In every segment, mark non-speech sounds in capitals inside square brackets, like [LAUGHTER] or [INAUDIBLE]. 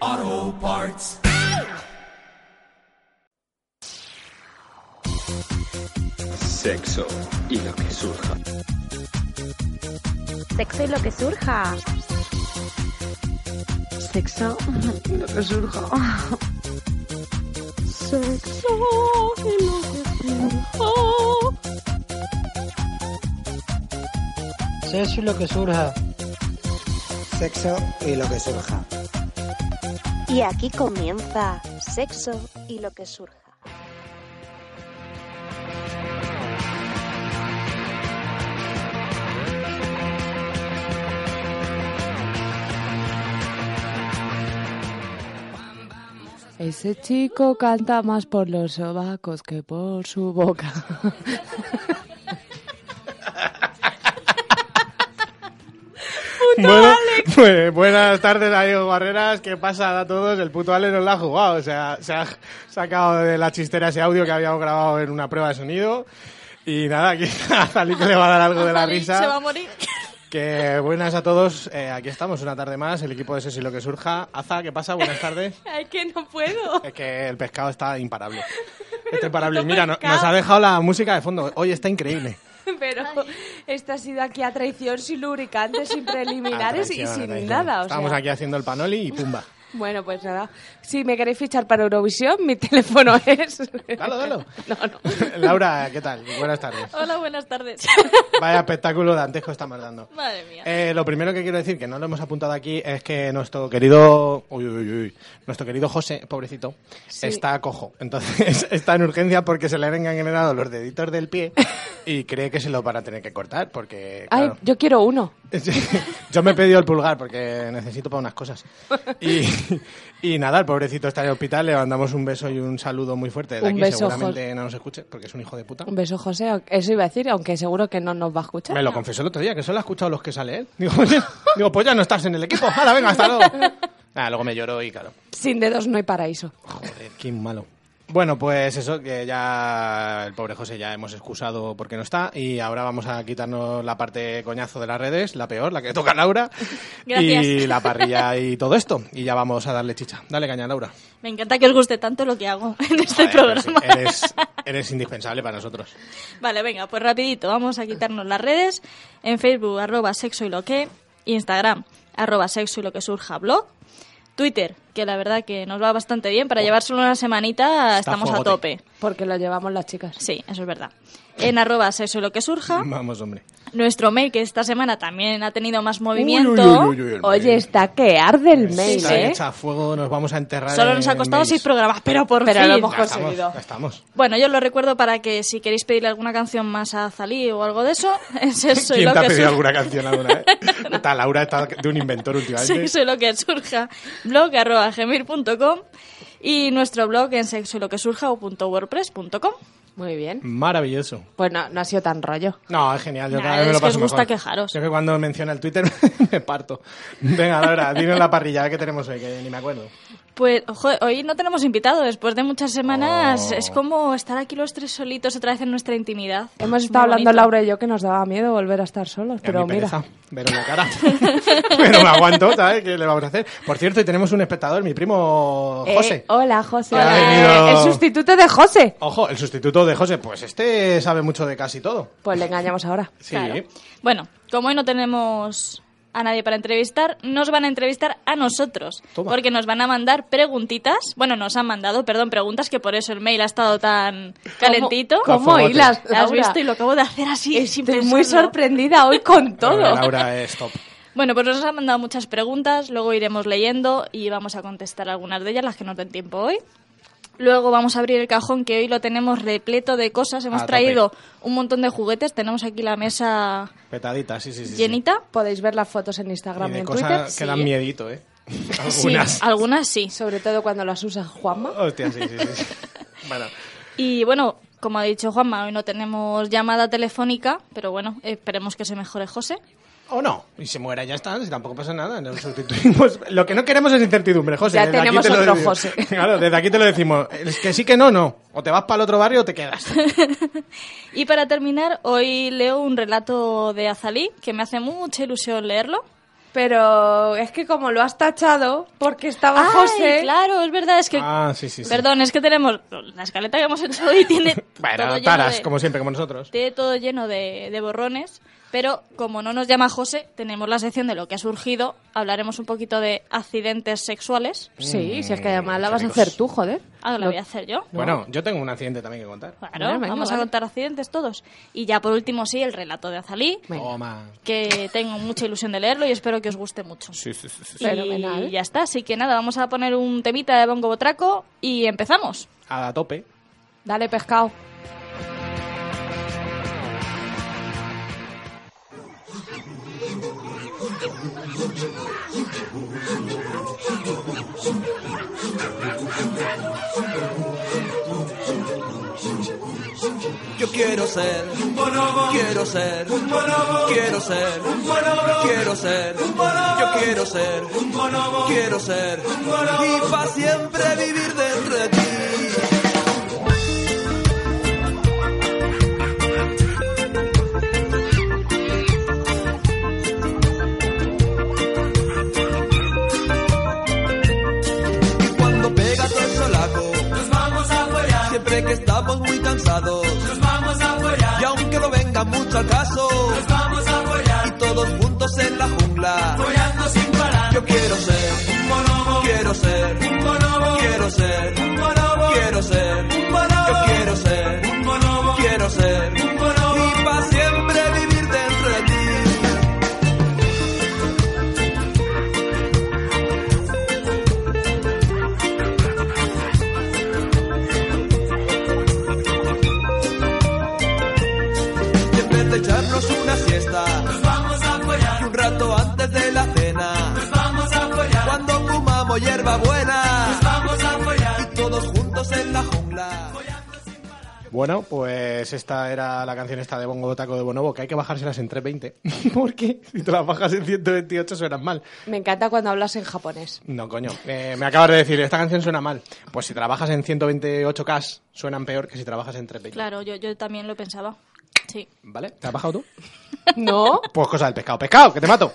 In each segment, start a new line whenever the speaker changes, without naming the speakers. Auto Parts.
Sexo y lo que surja.
Sexo y lo que surja. Sexo y lo que surja. Sexo y lo que surja.
Sexo y lo que surja.
Sexo y lo que surja.
Y aquí comienza Sexo y lo que surja.
Ese chico canta más por los sobacos que por su boca.
Bueno, [LAUGHS] pues, buenas tardes, adiós Barreras. ¿Qué pasa a todos? El puto Ale nos la ha jugado. O sea, se ha sacado de la chistera ese audio que habíamos grabado en una prueba de sonido. Y nada, aquí [LAUGHS] a Zali que le va a dar algo de la risa.
Se va a morir.
Que buenas a todos. Eh, aquí estamos una tarde más, el equipo de Sesi lo que surja. Aza, ¿qué
[LAUGHS]
pasa? Buenas tardes.
Es que no puedo.
Es que el pescado está imparable. Está imparable. Mira, no- nos ha dejado la música de fondo. Hoy está increíble.
[LAUGHS] Pero esta ha sido aquí a traición, sin lubricantes, sin preliminares y
Atracción,
sin
atracción.
nada. O sea.
Estamos aquí haciendo el panoli y pumba.
Bueno, pues nada. Si me queréis fichar para Eurovisión, mi [LAUGHS] teléfono es. [LAUGHS]
Dalo, dalo.
No, no.
Laura, ¿qué tal? Buenas tardes.
Hola, buenas tardes. [LAUGHS]
Vaya espectáculo dantesco estamos dando.
Madre mía.
Eh, lo primero que quiero decir, que no lo hemos apuntado aquí, es que nuestro querido. Uy, uy, uy, nuestro querido José, pobrecito, está cojo. Entonces [LAUGHS] está en urgencia porque se le han envenenado los deditos del
[LAUGHS]
pie y cree que se lo van a tener que cortar porque.
Ay,
claro,
yo quiero uno.
[LAUGHS] yo me he pedido el pulgar porque necesito para unas cosas. Y, y nada, el pobrecito está en el hospital, le mandamos un beso y un saludo muy fuerte. De
Un
aquí
beso,
seguramente no nos escuche porque es un hijo de puta.
Un beso, José. Eso iba a decir, aunque seguro que no nos va a escuchar.
Me lo confesó el otro día, que solo ha escuchado los
[LAUGHS]
que sale él. Digo, digo, pues ya no estás en el equipo. Ahora, venga, hasta luego. Ah, luego me lloró y claro.
Sin dedos no hay paraíso.
Joder, qué malo. Bueno, pues eso, que ya el pobre José ya hemos excusado porque no está y ahora vamos a quitarnos la parte coñazo de las redes, la peor, la que toca Laura,
[LAUGHS] Gracias.
y la parrilla y todo esto. Y ya vamos a darle chicha. Dale caña, Laura.
Me encanta que os guste tanto lo que hago [LAUGHS] en este
Joder,
programa.
pero sí, eres, eres indispensable para nosotros.
Vale, venga, pues rapidito, vamos a quitarnos las redes. En Facebook, arroba sexo y lo que. Instagram, arroba sexo y lo que surja blog. Twitter, que la verdad que nos va bastante bien. Para llevar solo una semanita estamos a
Oh. fogote.
tope.
Porque lo llevamos las chicas.
Sí, eso es verdad. En arroba sexo y lo que surja.
Vamos, hombre.
Nuestro mail, que esta semana también ha tenido más movimiento.
el
Oye,
mail.
está que arde el mail,
Está
¿eh?
hecha a fuego, nos vamos a enterrar.
Solo nos ha
en
costado
mails.
seis programas, pero por
Pero lo
fin.
hemos
Ya estamos,
conseguido.
ya estamos.
Bueno, yo lo recuerdo para que si queréis pedirle alguna canción más a Zalí o algo de eso, [LAUGHS] es eso y
¿Quién
lo
te ha
que
pedido
surja. [LAUGHS]
alguna canción eh? alguna vez? Está Laura está de un inventor últimamente.
Sexo y lo que surja, blog arroba gmail.com y nuestro blog en sexo y lo que surja o punto wordpress.com.
Muy bien.
Maravilloso.
Pues no, no ha sido tan rollo.
No, es genial. Yo
Nah,
cada vez me
es
lo
que os
paso mejor.
gusta quejaros.
Yo que cuando menciona el Twitter [LAUGHS] me parto. Venga, Laura, dinos la parrilla que tenemos hoy, que ni me acuerdo.
Pues joder, hoy no tenemos invitado, después de muchas semanas
Oh.
es como estar aquí los tres solitos otra vez en nuestra intimidad.
Hemos
Es
estado
muy
hablando
bonito.
Laura y yo que nos daba miedo volver a estar solos,
Y a
pero
mí pereza
mira.
ver una cara. [LAUGHS] pero me aguanto, ¿sabes? ¿Qué le vamos a hacer? Por cierto, y tenemos un espectador, mi primo
Eh,
José.
oh.
hola, José. Eh,
Que ha venido.
el sustituto de José.
Ojo, el sustituto de José, pues este sabe mucho de casi todo.
Pues le engañamos ahora.
Sí.
Claro. Bueno, como hoy no tenemos a nadie para entrevistar, nos van a entrevistar a nosotros.
Toma.
Porque nos van a mandar preguntitas. Bueno, nos han mandado, perdón, preguntas que por eso el mail ha estado tan calentito.
Con
¿Cómo
fogotes.
hilas?
Lo has
Laura?
visto y lo acabo de hacer así
Estoy
sin pensarlo.
muy sorprendida hoy con todo.
Laura es top.
Bueno, pues nos han mandado muchas preguntas, luego iremos leyendo y vamos a contestar algunas de ellas, las que nos den tiempo hoy. Luego vamos a abrir el cajón que hoy lo tenemos repleto de cosas. Hemos
A tope.
traído un montón de juguetes, tenemos aquí la mesa
Petadita, sí, sí, sí. sí.
llenita.
Podéis ver las fotos en Instagram y,
Y de
en
cosas
Twitter.
que dan miedito, ¿eh? Algunas.
Sí, algunas sí.
Sobre todo cuando las usa Juanma.
Hostia, sí, sí, sí. bueno,
Y bueno, como ha dicho Juanma, hoy no tenemos llamada telefónica, pero bueno, esperemos que se mejore José.
o no. Y se muera, ya está. Si tampoco pasa nada, no lo sustituimos. [LAUGHS] Lo que no queremos es incertidumbre, José.
Ya
desde aquí
tenemos
te lo
otro
decimos.
José.
[LAUGHS] Claro, desde aquí te lo decimos. Es que sí que no, no. O te vas para el otro barrio o te quedas.
Y para terminar, hoy leo un relato de Azalí que me hace mucha ilusión leerlo.
Pero es que como lo has tachado, porque estaba
Ah,
¡Ay,
José.
claro, es verdad, es que...
Ah, sí, sí, sí.
Perdón, es que tenemos la escaleta que hemos hecho hoy tiene todo
[LAUGHS] Bueno,
lleno
taras,
de-
como siempre, como nosotros.
Tiene todo lleno de, de borrones, pero como no nos llama José, tenemos la sección de lo que ha surgido. Hablaremos un poquito de accidentes sexuales.
Mm,
Sí, si es que además la
qué
vas a
ricos.
hacer tú, joder.
Ah, lo
Lo-
voy a hacer yo.
Bueno, yo tengo un accidente también que contar.
Claro,
Bueno, venga,
vamos a
vale.
contar accidentes todos. Y ya por último, sí, el relato de Azalí,
Venga.
Toma.
que tengo mucha ilusión de leerlo y espero que os guste mucho.
Sí, sí, sí, sí.
Fenomenal.
Y ya está, así que nada, vamos a poner un temita de Bongo Botraco y empezamos.
A tope.
Dale, pescado.
Yo quiero ser un bonobo, quiero ser un bonobo, quiero ser un bonobo, quiero ser un bonobo, yo quiero ser un bonobo, quiero ser un bonobo y para siempre vivir dentro de ti. Y cuando pega todo el solaco, nos vamos a follar. Siempre que estamos muy cansados, nos vamos a follar. Y aunque no venga mucho al caso, nos vamos a follar. Y todos juntos en la jungla, follando sin parar. Yo quiero ser un bonobo, quiero ser un bonobo, quiero ser un bonobo, quiero ser un bonobo. Yo quiero ser un bonobo, quiero ser un bonobo. Y para siempre vivir dentro de ti. Y en vez de echarnos una siesta, nos vamos a follar. Y un rato antes de la cena, nos vamos a follar. Cuando fumamos hierba buena, nos vamos a follar. Y todos juntos en la jungla.
Bueno, pues esta era la canción esta de Bongo Taco de Bonobo, que hay que bajárselas en 320. [LAUGHS] Porque si te las bajas en 128 suenan mal.
Me encanta cuando hablas en
[LAUGHS]
japonés.
No, coño. Eh, me acabas de decir, esta canción suena mal. Pues si trabajas en 128K, suenan peor que si trabajas en 320.
Claro, yo, yo también lo pensaba. Sí.
¿Vale? ¿Te has bajado tú?
¿No?
Pues cosa del pescado. ¡Pescado, que te
[LAUGHS]
mato!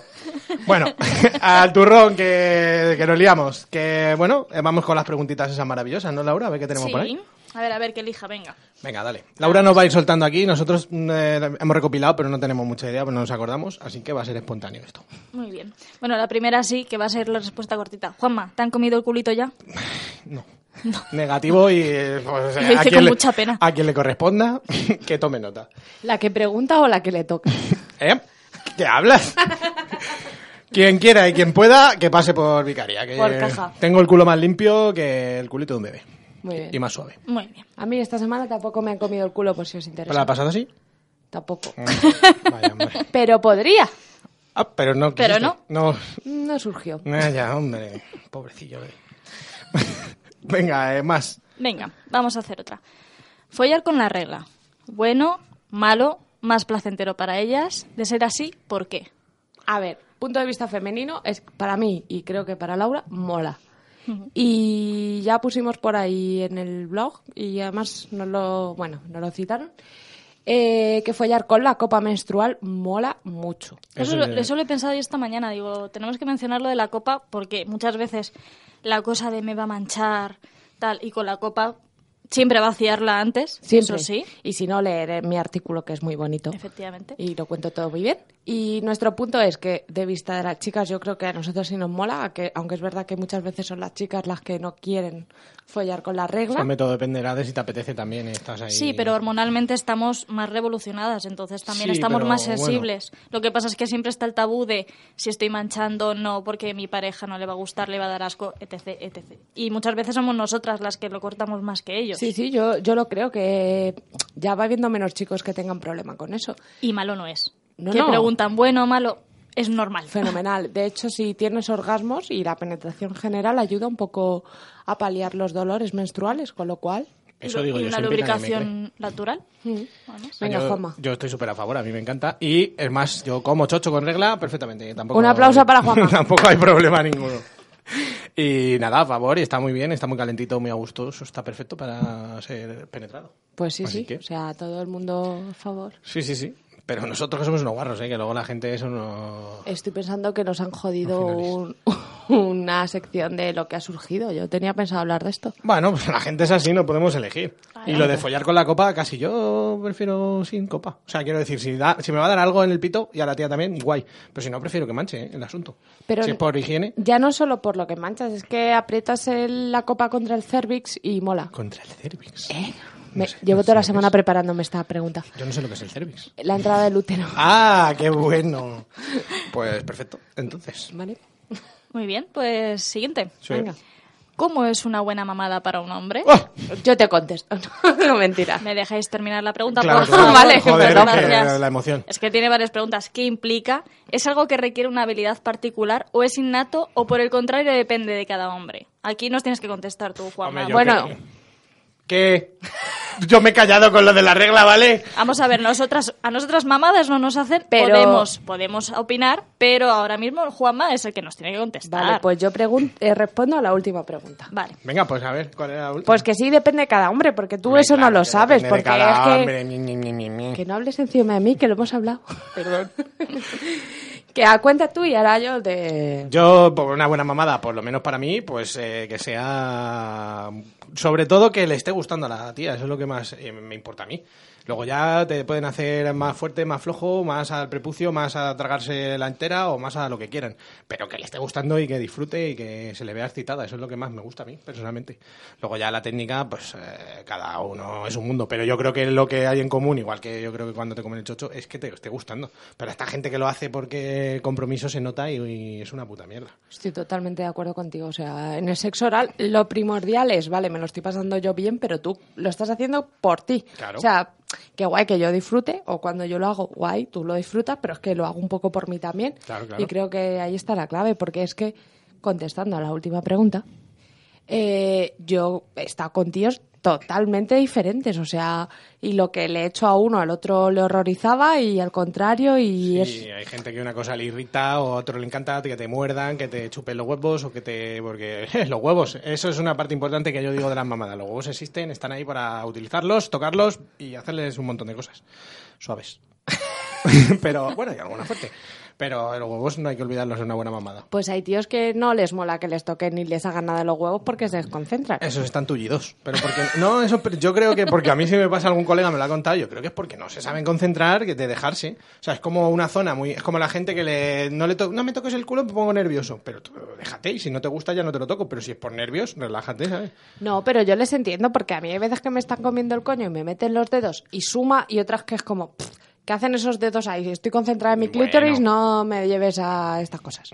Bueno, [LAUGHS] al turrón que, que nos liamos. Que, bueno, eh, vamos con las preguntitas esas maravillosas, ¿no, Laura? A ver qué tenemos
Sí.
por ahí.
A ver, a ver, que elija, venga.
Venga, dale. Laura nos va a ir soltando aquí. Nosotros mm, eh, hemos recopilado, pero no tenemos mucha idea, pero no nos acordamos. Así que va a ser espontáneo esto.
Muy bien. Bueno, la primera sí, que va a ser la respuesta cortita. Juanma, ¿te han comido el culito ya?
Negativo y... eh, pues, eh,
Lo hice
a quien
con
le-
mucha pena.
A quien le corresponda, [LAUGHS] que tome nota.
¿La que pregunta o la que le toca?
¿Eh? ¿Qué
[LAUGHS]
hablas? quien quiera y quien pueda, que pase por Vicaria. Que
Por caja.
Tengo el culo más limpio que el culito de un bebé.
Muy
Y
bien.
más suave.
Muy bien.
A mí esta semana tampoco me han comido el culo, por si os
¿Pero la
interesa.
has pasado
[LAUGHS]
así?
Tampoco. [LAUGHS]
Vaya, Mm. hombre.
Pero podría.
Ah, pero no.
Pero
quisiste.
no.
No.
No surgió.
Ah, ya, hombre. Pobrecillo. eh. [LAUGHS] Venga, eh, más.
Venga, vamos a hacer otra. Follar con la regla. Bueno, malo, más placentero para ellas. De ser así, ¿por qué?
A ver, punto de vista femenino es para mí y creo que para Laura mola. Y ya pusimos por ahí en el blog y además no lo, bueno, no lo citaron. eh, que follar con la copa menstrual mola mucho.
Eso
Eso, lo,
de-
eso lo he pensado yo esta mañana. Digo, tenemos que mencionar lo de la copa porque muchas veces la cosa de me va a manchar, tal, y con la copa siempre vaciarla antes.
Siempre.
Eso sí,
Y si no, leer mi artículo que es muy bonito.
efectivamente.
Y lo cuento todo muy bien. Y nuestro punto es que, de vista de las chicas, yo creo que a nosotros sí nos mola, a que, aunque es verdad que muchas veces son las chicas las que no quieren follar con la
O sea,
regla.
hombre, todo dependerá de si te apetece también. eh, Estás ahí.
Sí, pero hormonalmente estamos más revolucionadas, entonces también
Sí,
estamos
pero
más
bueno.
sensibles. Lo que pasa es que siempre está el tabú de si estoy manchando, no, porque mi pareja no le va a gustar, le va a dar asco, etc. etc. Y muchas veces somos nosotras las que lo cortamos más que ellos.
Sí, sí, yo, yo lo creo que ya va habiendo menos chicos que tengan problema con eso.
Y malo no es.
No,
que
no.
preguntan, bueno, malo. es normal.
Fenomenal. De hecho, si tienes orgasmos y la penetración general ayuda un poco a paliar los dolores menstruales, con lo cual.
Eso
Y lu-
digo
y
yo,
una
siempre nadie me
lubricación natural. Bueno, sí.
Venga,
yo,
Juanma.
yo estoy súper a favor, a mí me encanta. Y es más, yo como chocho con regla perfectamente. ¿eh? Tampoco,
Un aplauso para Juanma.
[LAUGHS] tampoco hay problema ninguno. Y nada, a favor, y está muy bien, está muy calentito, muy a gusto, eso está perfecto para ser penetrado.
Pues sí,
Así
sí.
que-
O sea, todo el mundo a favor.
Sí, sí, sí. Pero nosotros que somos unos guarros, ¿eh? que luego la gente es uno...
Estoy pensando que nos han jodido
Originales.
un- [LAUGHS] una sección de lo que ha surgido. Yo tenía pensado hablar de esto.
Bueno, pues la gente es así, no podemos elegir. Y lo de follar con la copa, casi yo prefiero sin copa. O sea, quiero decir, si, da- si me va a dar algo en el pito y a la tía también, guay. Pero si no, prefiero que manche ¿eh? el asunto.
Pero-
si es por higiene,
Ya no solo por lo que manchas, es que aprietas el- la copa contra el cervix y mola.
contra el cervix.
Me-
¿Eh? No sé,
llevo
no sé
toda
lo
la
que
semana
es.
preparándome esta pregunta.
Yo no sé lo que es el cervix.
La entrada del útero.
¡Ah, qué bueno! Pues perfecto. Entonces,
¿Vale?
Muy bien, pues siguiente.
sí.
Venga.
¿Cómo es una buena mamada para un hombre?
¡Oh!
Yo te contesto. [LAUGHS] No, mentira.
¿Me dejáis terminar la pregunta?
Claro,
por
claro.
favor?
Vale,
Joder,
perdón,
que
gracias.
la emoción.
Es que tiene varias preguntas. ¿Qué implica? ¿Es algo que requiere una habilidad particular o es innato o por el contrario depende de cada hombre? Aquí nos tienes que contestar tú, Juanma.
Hombre, yo
Bueno,
Bueno,
¿Qué? Yo me he callado con lo de la regla, ¿vale?
vamos a ver, nosotras, a nosotras mamadas no nos hacen,
Pero-
podemos, podemos opinar, pero ahora mismo Juanma es el que nos tiene que contestar.
vale, pues yo pregun- eh, respondo a la última pregunta.
Vale.
Venga, pues a ver, ¿cuál era la última?
Pues que sí depende de cada hombre, porque tú
Hombre,
eso
claro,
no lo
que
sabes,
depende de
porque
cada
es que...
hombre, mi, mi, mi, mi, mi.
Que no hables encima de mí, que lo hemos hablado. Perdón. [LAUGHS] que a cuenta tú y ahora yo de...
Yo, por una buena mamada, por lo menos para mí, pues eh, que sea. Sobre todo que le esté gustando a la tía, eso es lo que más eh, me importa a mí. Luego ya te pueden hacer más fuerte, más flojo, más al prepucio, más a tragarse la entera o más a lo que quieran. Pero que le esté gustando y que disfrute y que se le vea excitada, eso es lo que más me gusta a mí, personalmente. Luego ya la técnica, pues eh, cada uno es un mundo, pero yo creo que lo que hay en común, igual que yo creo que cuando te comen el chocho, es que te esté gustando. Pero esta gente que lo hace porque compromiso se nota y, y es una puta mierda.
Estoy totalmente de acuerdo contigo. O sea, en el sexo oral lo primordial es, vale, me lo estoy pasando yo bien, pero tú lo estás haciendo por ti.
Claro.
O sea, qué guay que yo disfrute, o cuando yo lo hago, guay, tú lo disfrutas, pero es que lo hago un poco por mí también.
Claro, claro.
Y creo que ahí está la clave, porque es que, contestando a la última pregunta, Eh, yo he estado con tíos totalmente diferentes, o sea, y lo que le he hecho a uno al otro le horrorizaba y al contrario y
Y
es
hay gente que una cosa le irrita o a otro le encanta que te muerdan, que te chupen los huevos o que te... Porque [LAUGHS] los huevos, eso es una parte importante que yo digo de las mamadas. Los huevos existen, están ahí para utilizarlos, tocarlos y hacerles un montón de cosas suaves. [LAUGHS] Pero bueno, hay alguna fuerte. Pero los huevos no hay que olvidarlos en una buena mamada.
pues hay tíos que no les mola que les toquen ni les hagan nada de los huevos porque se desconcentran.
Esos están tullidos. Pero porque, no, eso, pero yo creo que porque a mí si me pasa algún colega me lo ha contado, yo creo que es porque no se saben concentrar, que de dejarse. O sea, es como una zona muy, es como la gente que le, no le to- no me toques el culo, me pongo nervioso. Pero tú, déjate, y si no te gusta ya no te lo toco, pero si es por nervios, relájate, ¿sabes?
No, pero yo les entiendo porque a mí hay veces que me están comiendo el coño y me meten los dedos y suma y otras que es como, pff, ¿qué hacen esos dedos ahí? Si estoy concentrada en mi
Bueno.
clítoris, no me lleves a estas
[LAUGHS]
cosas.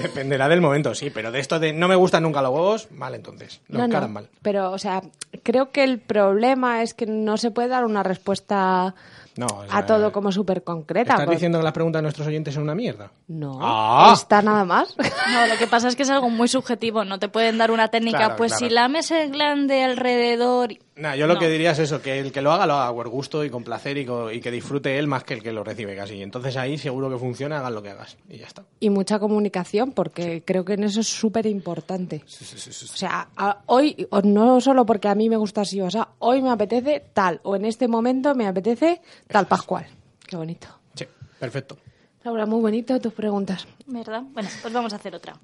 Dependerá del momento, sí, pero de esto de no me gustan nunca los huevos, mal entonces.
No,
Lo
no,
encaran mal.
Pero, o sea, creo que el problema es que no se puede dar una respuesta
No,
a
eh,
todo como súper concreta.
¿Estás
por-
diciendo que las preguntas de nuestros oyentes son una mierda?
No,
Ah.
está nada más. [LAUGHS]
No, lo que pasa es que es algo muy subjetivo, no te pueden dar una técnica,
Claro,
pues
claro.
si lames el glande alrededor... y-
Nah, yo lo
No.
que diría es eso, que el que lo haga lo haga por gusto y con placer y, co- y que disfrute él más que el que lo recibe casi. Entonces ahí seguro que funciona, hagas lo que hagas. Y ya está.
y mucha comunicación, porque creo que en eso es súper importante. O sea, a- hoy, o no solo porque a mí me gusta así, o sea, hoy me apetece tal, o en este momento me apetece tal Pascual. Qué bonito.
Sí, perfecto. [LAUGHS]
Laura, muy bonito tus preguntas.
¿Verdad? Bueno, pues vamos a hacer otra.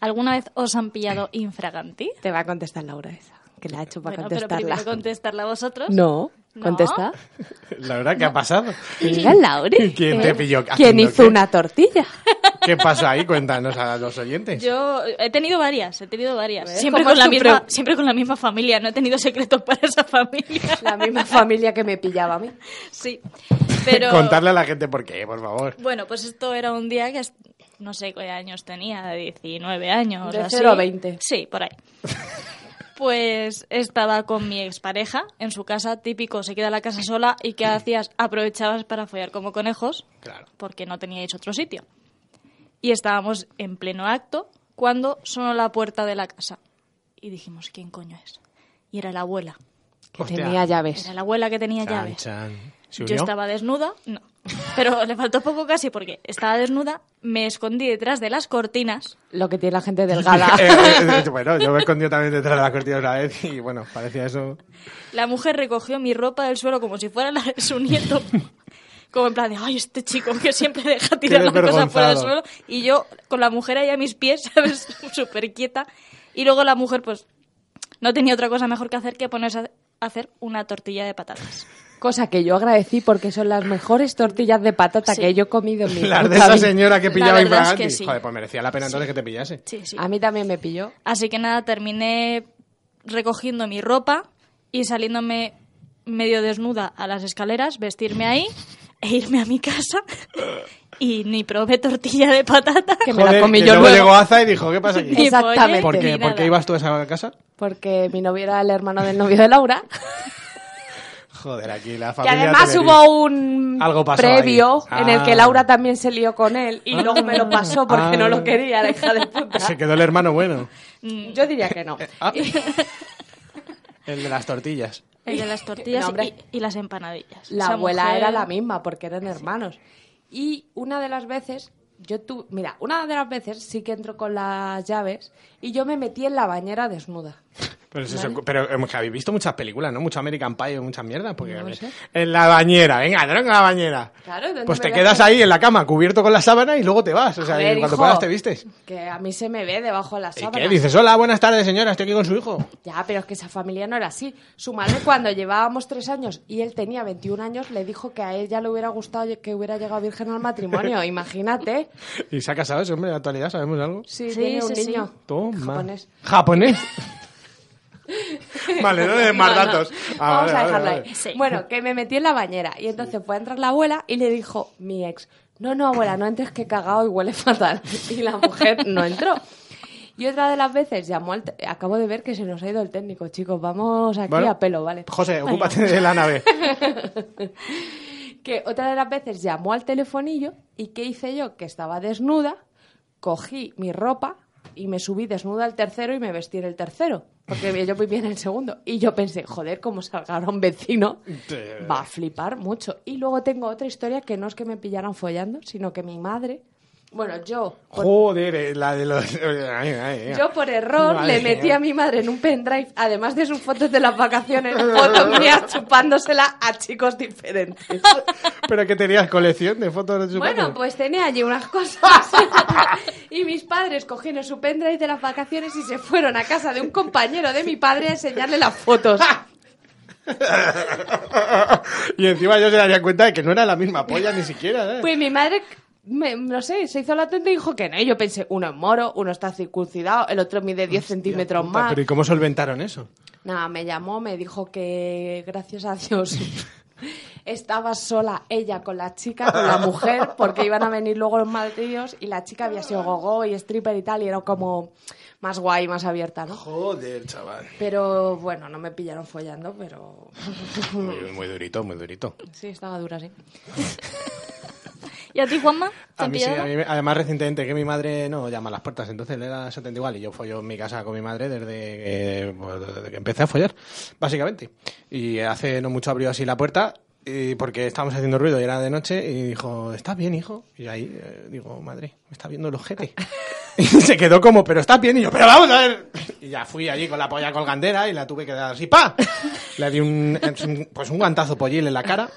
¿Alguna vez os han pillado infraganti?
Te va a contestar Laura esa, que la ha hecho para
Bueno, pero
contestarla.
primero contestarla vosotros.
No,
No. [LAUGHS]
contesta.
La verdad, ¿qué ha pasado?
Venga, Laura.
¿Quién te pilló
¿Quién
haciendo
hizo
qué?
una tortilla?
[LAUGHS] ¿Qué pasa ahí? Cuéntanos a los oyentes. [LAUGHS]
Yo he tenido varias, he tenido varias.
¿Ves?
Siempre
¿Cómo es
con, la
tu
misma,
preu-
siempre con la misma familia, no he tenido secretos para esa familia.
La misma familia que me pillaba a mí.
[LAUGHS] Sí, pero...
Contarle a la gente por qué, por favor.
Bueno, pues esto era un día que, es- no sé qué años tenía, 19 años.
De
así.
cero a 20.
Sí,
[LAUGHS]
por ahí. Pues estaba con mi expareja en su casa, típico, se queda la casa sola y ¿qué hacías? Aprovechabas para follar como conejos
Claro.
porque no teníais otro sitio. Y estábamos en pleno acto cuando sonó la puerta de la casa. Y dijimos, ¿quién coño es? Y era la abuela.
Que
Hostia.
tenía llaves.
Era la abuela que tenía
Chan,
llaves.
chan. ¿Se
Yo
unió?
estaba desnuda, no. Pero le faltó poco casi porque estaba desnuda, me escondí detrás de las cortinas.
Lo que tiene la gente
[LAUGHS]
delgada.
[LAUGHS] Eh, eh, eh, bueno, yo me he escondido también detrás de la cortina una vez y bueno, parecía eso.
La mujer recogió mi ropa del suelo como si fuera la de su
[LAUGHS]
nieto. Como en plan de, ay, este chico que siempre deja tirar las cosas fuera del
desvergonzado.
suelo. Y yo con la mujer ahí a mis pies, [LAUGHS] ¿sabes? Súper quieta. Y luego la mujer, pues, no tenía otra cosa mejor que hacer que ponerse a hacer una tortilla de patatas.
Cosa que yo agradecí porque son las mejores tortillas de patata
Sí.
que yo he comido en mi
Las de
puta
esa
vida.
señora que
La
pillaba
verdad es
infraganti.
que sí.
Joder, pues merecía la pena entonces que te pillase.
Sí, sí.
A mí también me pilló.
Así que nada, terminé recogiendo mi ropa y saliéndome medio desnuda a las escaleras, vestirme ahí e irme a
[LAUGHS]
mi casa. Y ni probé tortilla de patata.
Que me la
Joder,
comí
que
yo
luego
luego.
llegó Aza y dijo, ¿qué
[LAUGHS]
pasa
Ni
aquí?
Exactamente.
pollo,
¿Por
ni
qué,
nada.
¿Por qué ibas tú a esa casa?
Porque mi novio era el hermano del novio de Laura.
Joder, aquí la
Que
familia...
además
Telerí.
hubo un
Algo pasó
previo
ahí.
en el que
Ah.
Laura también se lió con él y luego me lo pasó porque
Ah.
no lo quería, la hija de puta.
Se quedó el hermano bueno,
Yo diría que no. [LAUGHS]
Ah. el de las tortillas.
El de las tortillas
No, hombre.
y, y las empanadillas.
La
Esa
abuela
mujer-
era la misma porque eran hermanos. Y una de las veces, yo tuve, mira, una de las veces sí que entró con las llaves y yo me metí en la bañera desnuda.
Pero, es eso, pero eh, que habéis visto muchas películas, ¿no? Mucho American Pie, muchas mierdas. Porque
No
a ver,
sé.
En la bañera, venga, entra en la bañera.
Claro, ¿dónde
pues
me
te
voy a
quedas
meter?
ahí en la cama, cubierto con la sábana y luego te vas. O sea,
Joder,
y cuando
hijo,
puedas te vistes.
Que a mí se me ve debajo de la
¿Y
sábana.
qué? Dices, hola, buenas tardes, señora, estoy aquí con su hijo.
Ya, pero es que esa familia no era así. Su madre cuando llevábamos tres años y él tenía 21 años le dijo que a ella le hubiera gustado que hubiera llegado virgen al
[LAUGHS]
matrimonio. Imagínate.
Y se ha casado ese hombre, en la actualidad sabemos algo.
Sí,
Sí,
tiene un
sí, sí.
niño.
Toma.
Japonés.
¿Japonés? vale, no le des más
No, no.
datos. Ah,
Vamos
vale,
a
vale,
dejarlo
vale.
ahí.
Sí.
Bueno, que me metí en la bañera y entonces fue a entrar la abuela y le dijo mi ex, no, no, abuela, no entres que he cagado y huele fatal. [LAUGHS] Y la mujer no entró. Y otra de las veces llamó al... te- Acabo de ver que se nos ha ido el técnico, chicos. Vamos aquí
Bueno,
a pelo, ¿vale?
José, ocúpate de la nave.
que otra de las veces llamó al telefonillo y ¿qué hice yo? Que estaba desnuda, cogí mi ropa y me subí desnuda al tercero y me vestí en el tercero, porque yo vivía en el segundo. Y yo pensé, joder, como salga ahora un vecino, [LAUGHS] va a flipar mucho. Y luego tengo otra historia que no es que me pillaran follando, sino que mi madre, bueno, yo... por-
Joder, eh, la de los... Ay, ay, ay.
yo por error
Madre
le metí
mía.
a mi madre en un pendrive, además de sus fotos de las vacaciones, [LAUGHS] fotos mías chupándosela a chicos
[LAUGHS]
diferentes.
Pero que tenías colección de fotos de su
Bueno,
padre.
pues tenía allí unas cosas. [LAUGHS] y mis padres cogieron su pendrive de las vacaciones y se fueron a casa de un compañero de mi padre a enseñarle las
[LAUGHS]
fotos.
[LAUGHS] y encima yo se daría cuenta de que no era la misma polla ni siquiera, ¿eh?
Pues mi madre, me- no sé, se hizo la tonta y dijo que no. Y yo pensé, uno es moro, uno está circuncidado, el otro mide 10 centímetros
Puta,
más.
Pero ¿y cómo solventaron eso?
Nada, me llamó, me dijo que gracias a Dios [LAUGHS] estaba sola ella con la chica, con la mujer, porque iban a venir luego los malditos y la chica había sido gogo y stripper y tal, y era como más guay, más abierta, ¿no?
Joder, chaval.
Pero bueno, no me pillaron follando, pero
Muy, muy durito, muy durito.
sí, estaba dura, sí.
¿Y a ti, Juanma?
A
¿Te han
mí sí,
pillado?
a mí me- además recientemente que mi madre no llama a las puertas, entonces le da exactamente igual y yo follo en mi casa con mi madre desde, eh, pues, desde que empecé a follar, básicamente. Y hace no mucho abrió así la puerta y porque estábamos haciendo ruido y era de noche y dijo, ¿estás bien, hijo? Y yo ahí eh, digo, madre, me está viendo el ojete. [LAUGHS] Y se quedó como, pero estás bien, y yo, pero vamos a ver. Y ya fui allí con la polla colgandera y la tuve que dar así, ¡pa! Le di un, un- pues un guantazo pollil en la cara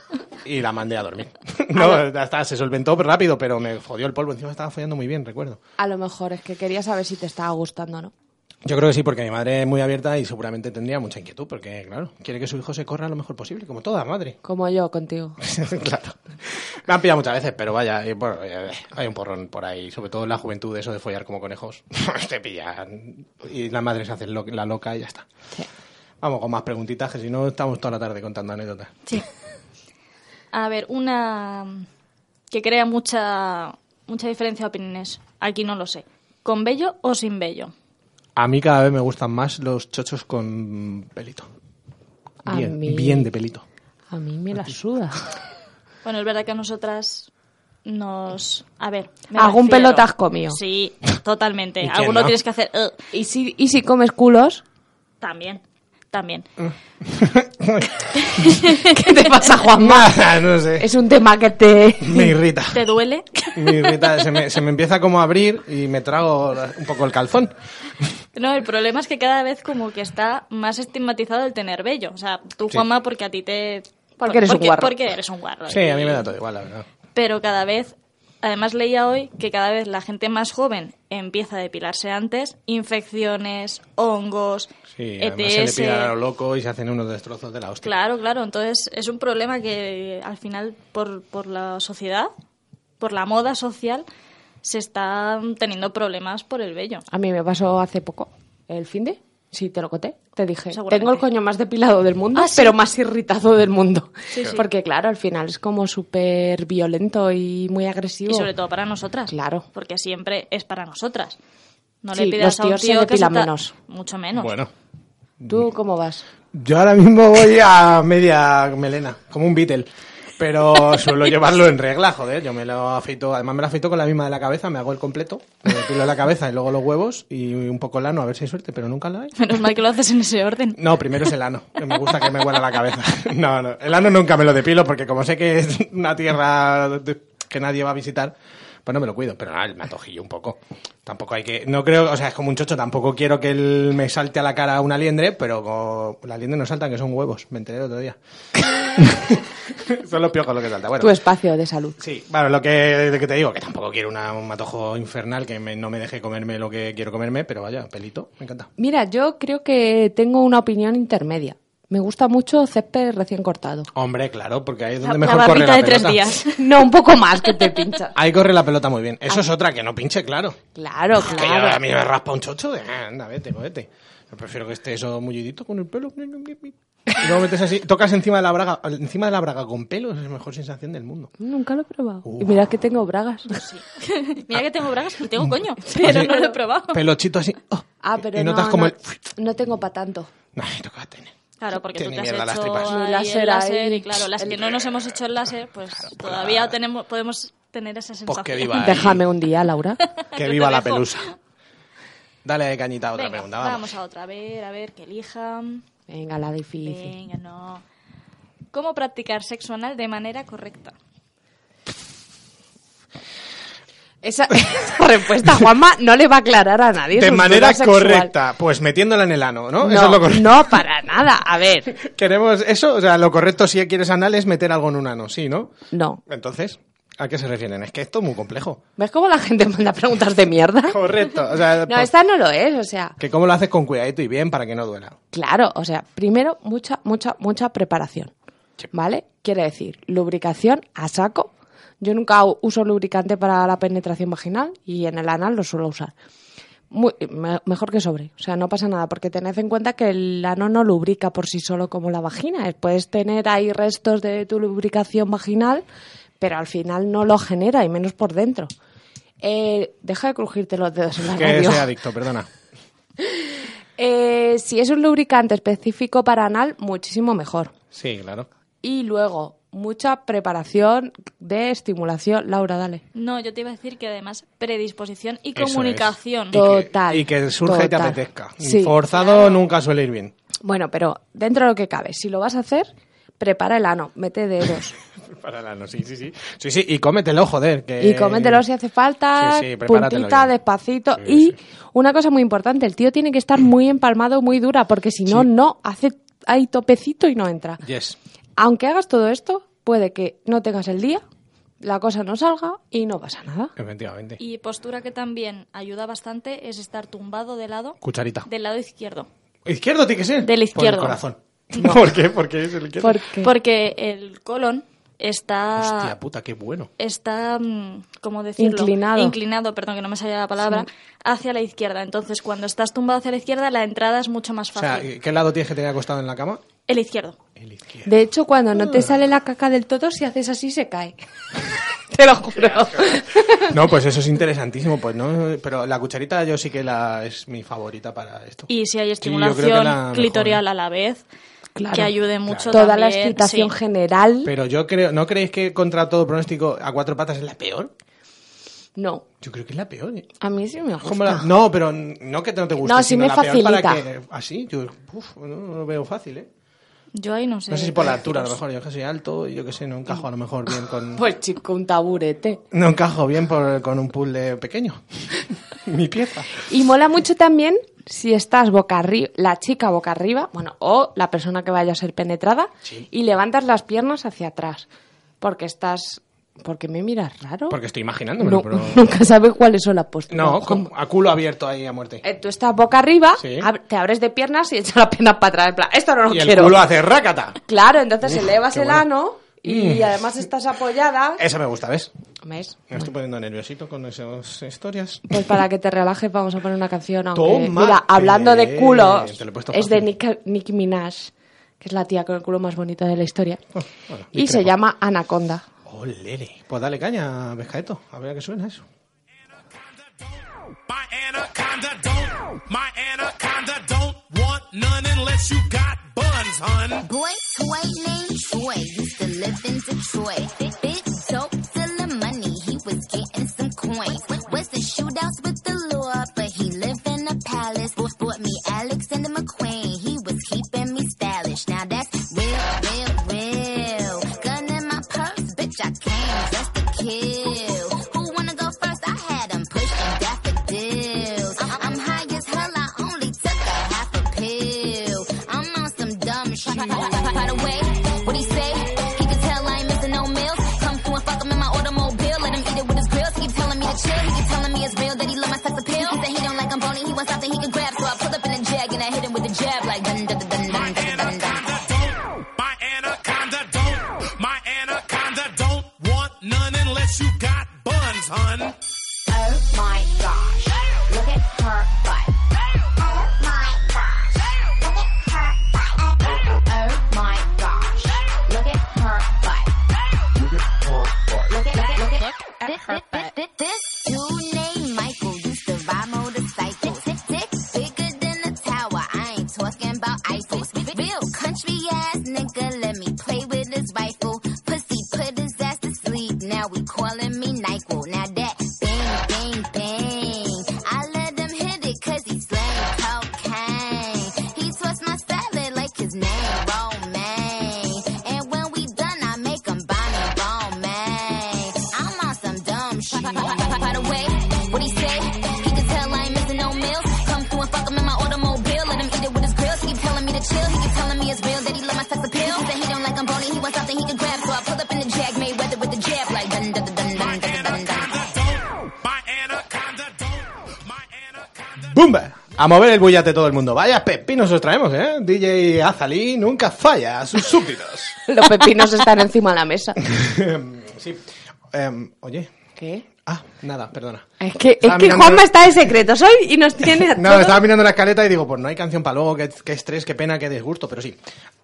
y la mandé a dormir. [LAUGHS] No, ya está, se solventó rápido, pero me jodió el polvo. Encima estaba follando muy bien, recuerdo.
A lo mejor es que quería saber si te estaba gustando o no.
Yo creo que sí, porque mi madre es muy abierta y seguramente tendría mucha inquietud, porque, claro, quiere que su hijo se corra lo mejor posible, como toda madre.
Como yo contigo.
[LAUGHS] claro. Me han pillado muchas veces, pero vaya, eh, bueno, eh, hay un porrón por ahí, sobre todo en la juventud, eso de follar como conejos. [LAUGHS] Te pillan. Y las madres hacen lo- la loca y ya está.
Sí.
Vamos con más preguntitas, que si no estamos toda la tarde contando anécdotas.
Sí. A ver, una que crea mucha, mucha diferencia de opiniones. Aquí no lo sé. ¿Con vello o sin vello?
A mí cada vez me gustan más los chochos con pelito.
A
Bien,
mí-
bien de pelito.
A mí me la suda.
Bueno, es verdad que a nosotras nos... A ver. me
Algún
refiero-
pelotas has comido.
Sí,
[LAUGHS]
totalmente.
¿Y quién
Alguno
no?
tienes que hacer... "Ugh".
¿Y si, y si comes culos,
También, también.
[LAUGHS]
Mm.
¿qué te pasa, Juanma?
[LAUGHS] Nada, no sé.
Es un tema que te...
Me irrita.
¿Te duele? [LAUGHS]
Me irrita. Se me, se me empieza como a abrir y me trago la- un poco el calzón.
No, el problema es que cada vez como que está más estigmatizado el tener vello. O sea, tú,
Sí.
Juanma, porque a ti te...
Porque eres un guarro.
Porque eres un guarro.
Sí, a mí me da todo igual, la verdad.
pero cada vez, además leía hoy que cada vez la gente más joven empieza a depilarse antes, infecciones, hongos, E
Sí, además se le
ETS.
pilla a lo loco y se hacen unos destrozos de la hostia.
Claro, claro, entonces es un problema que al final por, por la sociedad, por la moda social, se están teniendo problemas por el vello.
A mí me pasó hace poco, el fin de... Sí, te lo conté. Te dije,
Seguramente.
tengo el coño más depilado del mundo,
Ah, sí.
pero más irritado del mundo.
Sí, sí.
Porque claro, al final es como súper violento y muy agresivo.
Y sobre todo para nosotras.
Claro.
Porque siempre es para nosotras. No
Sí,
le pidas
los
a un
tíos se
tío que
depilan
está-
menos.
Mucho menos.
Bueno,
¿Tú cómo vas?
yo ahora mismo voy a media melena, como un Beatle. Pero suelo llevarlo en regla, joder. Yo me lo afeito, además me lo afeito con la misma de la cabeza, me hago el completo, me depilo la cabeza y luego los huevos y un poco el ano, a ver si hay suerte, pero nunca la hay.
[LAUGHS] Menos mal que lo haces en
[LAUGHS]
ese orden.
No, primero es el ano, que me gusta que me huela la cabeza. [LAUGHS] No, no, el ano nunca me lo depilo porque como sé que es una tierra de- que nadie va a visitar, pues no me lo cuido, pero nada, me atojillo un poco. Tampoco hay que, no creo, o sea, es como un chocho, tampoco quiero que él me salte a la cara una liendre, pero como la liendre no saltan, que son huevos, me enteré el otro día. [LAUGHS] son los piojos lo que salta, bueno.
Tu espacio de salud.
Sí, bueno, lo que, lo que te digo, que tampoco quiero una- un matojo infernal que me- no me deje comerme lo que quiero comerme, pero vaya, pelito, me encanta.
Mira, yo creo que tengo una opinión intermedia. Me gusta mucho césped recién cortado.
Hombre, claro, porque ahí es
La,
donde
la
mejor corre
barbita
la
de tres
pelota.
días.
[LAUGHS]
Ah.
No, un poco más que te pincha.
Ahí corre la pelota muy bien. Eso es otra que no pinche, claro.
Claro,
Que yo a
claro.
mí me raspa un chocho de "Ah, anda, vete, cógete. Yo prefiero que esté eso mullidito con el pelo. Y luego metes así, tocas encima de la braga, encima de la braga con pelos, es la mejor sensación del mundo.
Nunca lo he probado. Y mira que tengo bragas. [LAUGHS]
Ah.
Mira que tengo bragas y
[LAUGHS]
tengo coño, pero
Así,
no lo he probado.
Pelochito así. oh,
Ah, pero
y
no,
notas como
no,
el
no tengo para tanto.
No, toca tener.
Claro, porque tú
Tiene
te has
mierda
hecho
las tripas.
ahí
El
el
láser
láser,
ahí.
y claro, las que no nos hemos hecho el láser, pues todavía tenemos, podemos tener esa sensación.
Pues que viva. ahí.
Déjame un día, Laura.
Que
te
viva la
dejo.
pelusa. Dale cañita a otra
Venga,
pregunta, vamos.
vamos a otra, a ver, a ver, que elijan.
[LAUGHS] Venga, la difícil.
Venga, no. ¿Cómo practicar sexo anal de manera correcta?
Esa, [LAUGHS] esa respuesta, Juanma, no le va a aclarar a nadie.
De
sus
manera
dudas sexual.
correcta, pues metiéndola en el ano, ¿no?
No,
Eso es lo correcto.
no, para nada. A ver,
Queremos eso, o sea, lo correcto si quieres anal es meter algo en un ano, sí, ¿no?
no.
Entonces, ¿a qué se refieren? Es que esto es muy complejo.
¿Ves cómo la gente manda preguntas de
[LAUGHS]
mierda?
Correcto. O sea,
No,
pues,
esta no lo es, o sea.
que cómo lo haces con cuidadito y bien para que no duela.
Claro, o sea, primero mucha, mucha, mucha preparación. ¿Vale? Quiere decir, lubricación a saco. Yo nunca u- uso lubricante para la penetración vaginal y en el anal lo suelo usar. Muy- me- mejor que sobre, o sea, no pasa nada, porque tened en cuenta que el ano no lubrica por sí solo como la vagina. Eh, Puedes tener ahí restos de tu lubricación vaginal, pero al final no lo genera y menos por dentro. Eh, deja de crujirte los dedos en la
Que
radio.
soy adicto, perdona.
Eh, si es un lubricante específico para anal, muchísimo mejor.
Sí, claro.
Y luego, mucha preparación de estimulación. Laura, dale.
No, yo te iba a decir que además predisposición y
Eso es.
comunicación.
Y que-
Total,
Y que surja y te
total.
apetezca.
Sí.
Forzado nunca suele ir bien. [LAUGHS]
Bueno, pero dentro de lo que cabe, si lo vas a hacer, prepara el ano, mete dedos.
Para el ano, sí, sí, sí. Sí, sí, y cómetelo, joder. Que...
Y comételo si hace falta,
Eh, Sí, sí, prepáratelo
puntita,
bien.
despacito.
Sí,
y
sí.
una cosa muy importante, el tío tiene que estar muy empalmado, muy dura, porque si no, no hace, hay topecito y no entra.
Yes.
Aunque hagas todo esto, puede que no tengas el día, la cosa no salga y no pasa nada.
Efectivamente.
Y postura que también ayuda bastante es estar tumbado de lado,
Cucharita.
del lado izquierdo.
Izquierdo tiene que ser.
Del
Por el
izquierdo.
corazón. [LAUGHS] ¿Por qué? Porque es el izquierdo.
Porque
Porque el colon está...
Hostia puta, qué bueno.
está, mm, ¿cómo decirlo?
Inclinado.
Inclinado, perdón, que no me salía la palabra, hacia la izquierda. Entonces, cuando estás tumbado hacia la izquierda, la entrada es mucho más
O sea, eh,
fácil.
¿qué lado tienes que tener acostado en la cama?
El izquierdo.
El izquierdo.
De hecho, cuando no
Ah.
te sale la caca del todo, si haces así se
[LAUGHS]
cae. Te lo juro.
No, pues eso es interesantísimo, pues no, pero la cucharita yo sí que la es mi favorita para esto.
Y si hay
yo creo que
estimulación
la mejor.
clitorial a la vez,
Claro.
que ayude mucho
Toda la
también,
excitación
sí.
general,
Pero yo creo, ¿no creéis que contra todo pronóstico a cuatro patas es la peor?
no.
Yo creo que es la peor. ¿eh?
A mí sí me gusta.
Como la- No, pero no que no te guste.
No, sí
sino
me
la peor para
facilita.
que- Así, yo uf, no, no lo veo fácil, ¿eh?
Yo ahí no sé.
No sé si por la altura, a lo mejor. Yo que soy alto y yo que sé, no encajo a lo mejor bien con...
Pues chico, un taburete.
No encajo bien por- con un puzzle pequeño. [LAUGHS] Mi pieza.
Y mola mucho también si estás boca arriba, la chica boca arriba, bueno, o la persona que vaya a ser penetrada, y levantas las piernas hacia atrás. Porque estás. Porque me miras raro.
Porque estoy imaginándomelo,
No,
pero...
[LAUGHS] Nunca sabes cuáles son las posturas.
No, con- a culo abierto ahí a muerte.
Eh, Tú estás boca arriba,
Sí.
ab- te abres de piernas y echas las piernas para atrás. En plan, esto no lo
Y el
quiero.
culo hace rácata.
Claro,
[LAUGHS]
entonces elevas
qué
el
bueno. Mm.
ano y además estás apoyada.
Eso me gusta, ¿ves?
¿Ves?
Me estoy poniendo nerviosito con esas historias.
Pues para que te relajes vamos a poner una canción. aunque-
Tómate.
mira, hablando de culo,
Te lo he puesto
es de
fácil.
Nica- Nicki Minaj, que es la tía con el culo más bonito de la historia.
Ah, bueno,
y se
discrepo.
llama Anaconda.
Olele. Pues dale caña, Pescaeto. A ver a qué suena eso.
My anaconda don't, my anaconda don't want none unless you got buns, hun.
Boy toy named Troy used to live in Detroit. Bitch soaked till the money, he was getting some coins. Was the shootouts with the law, but he lived in a palace. Both bought me Alexander McQueen, he was keeping me stylish. Now that's real, real, real. Gun in my purse, bitch, I came just to kill. Who wanna go first? I had him pushing daffodils. I'm, I'm high as hell, I only took a half a pill. I'm on some dumb shit. By the way, what he say? He can tell I ain't missing no meals. Come through and fuck him in my automobile. Let him eat it with his grills. He keep telling me to chill. He keep telling me it's real that he love my sex appeal. He said he don't like I'm bony. He wants something he can grab. So I pull up in a jag and I hit him with a jab like dun dun dun dun dun dun dun dun.
My anaconda don't, my anaconda don't want none unless you got buns, hun.
Oh my gosh. Look at her butt. Oh my gosh. Look at her butt. Oh my gosh. Look at her butt. Look at her butt. Look at, her butt. This dude named Michael used to ride motorcycles. Dick, dick, dick bigger than a tower. I ain't talking about Eiffel. Real country ass nigga. Let me play with his rifle. Pussy put his ass to sleep. Now we calling me Nyquil. Now that bang, bang, bang. I let him hit it cause he slang cocaine. He twists my salad like his name Romaine. And when we done, I make him Bonnie Romaine. I'm on some dumb shit. By the way, what he say? He can tell I ain't missing no meals. Come through and fuck him in my automobile. Let him eat it with his grills. He keep telling me to chill. He keep telling me it's real that he love my sex appeal. He said he don't like I'm bony. He wants something he can grab. So I pull up in the jag, Mayweather with the jab. Like dun dun dun dun dun dun dun dun.
My anaconda don't, my anaconda
¡Bumba! A mover el bullate todo el mundo. Vaya pepinos os traemos, ¿eh? DJ Azalí nunca falla a sus súbditos.
Los pepinos están encima de la mesa.
[LAUGHS] sí. Em, oye.
¿Qué?
Ah, nada, perdona.
Es que, es
Estaba
que
mirando-
Juanma está de secretos hoy y nos tiene... a
No,
todos-
estaba mirando la escaleta y digo, pues no hay canción para luego, qué, qué estrés, qué pena, qué desgusto, pero sí.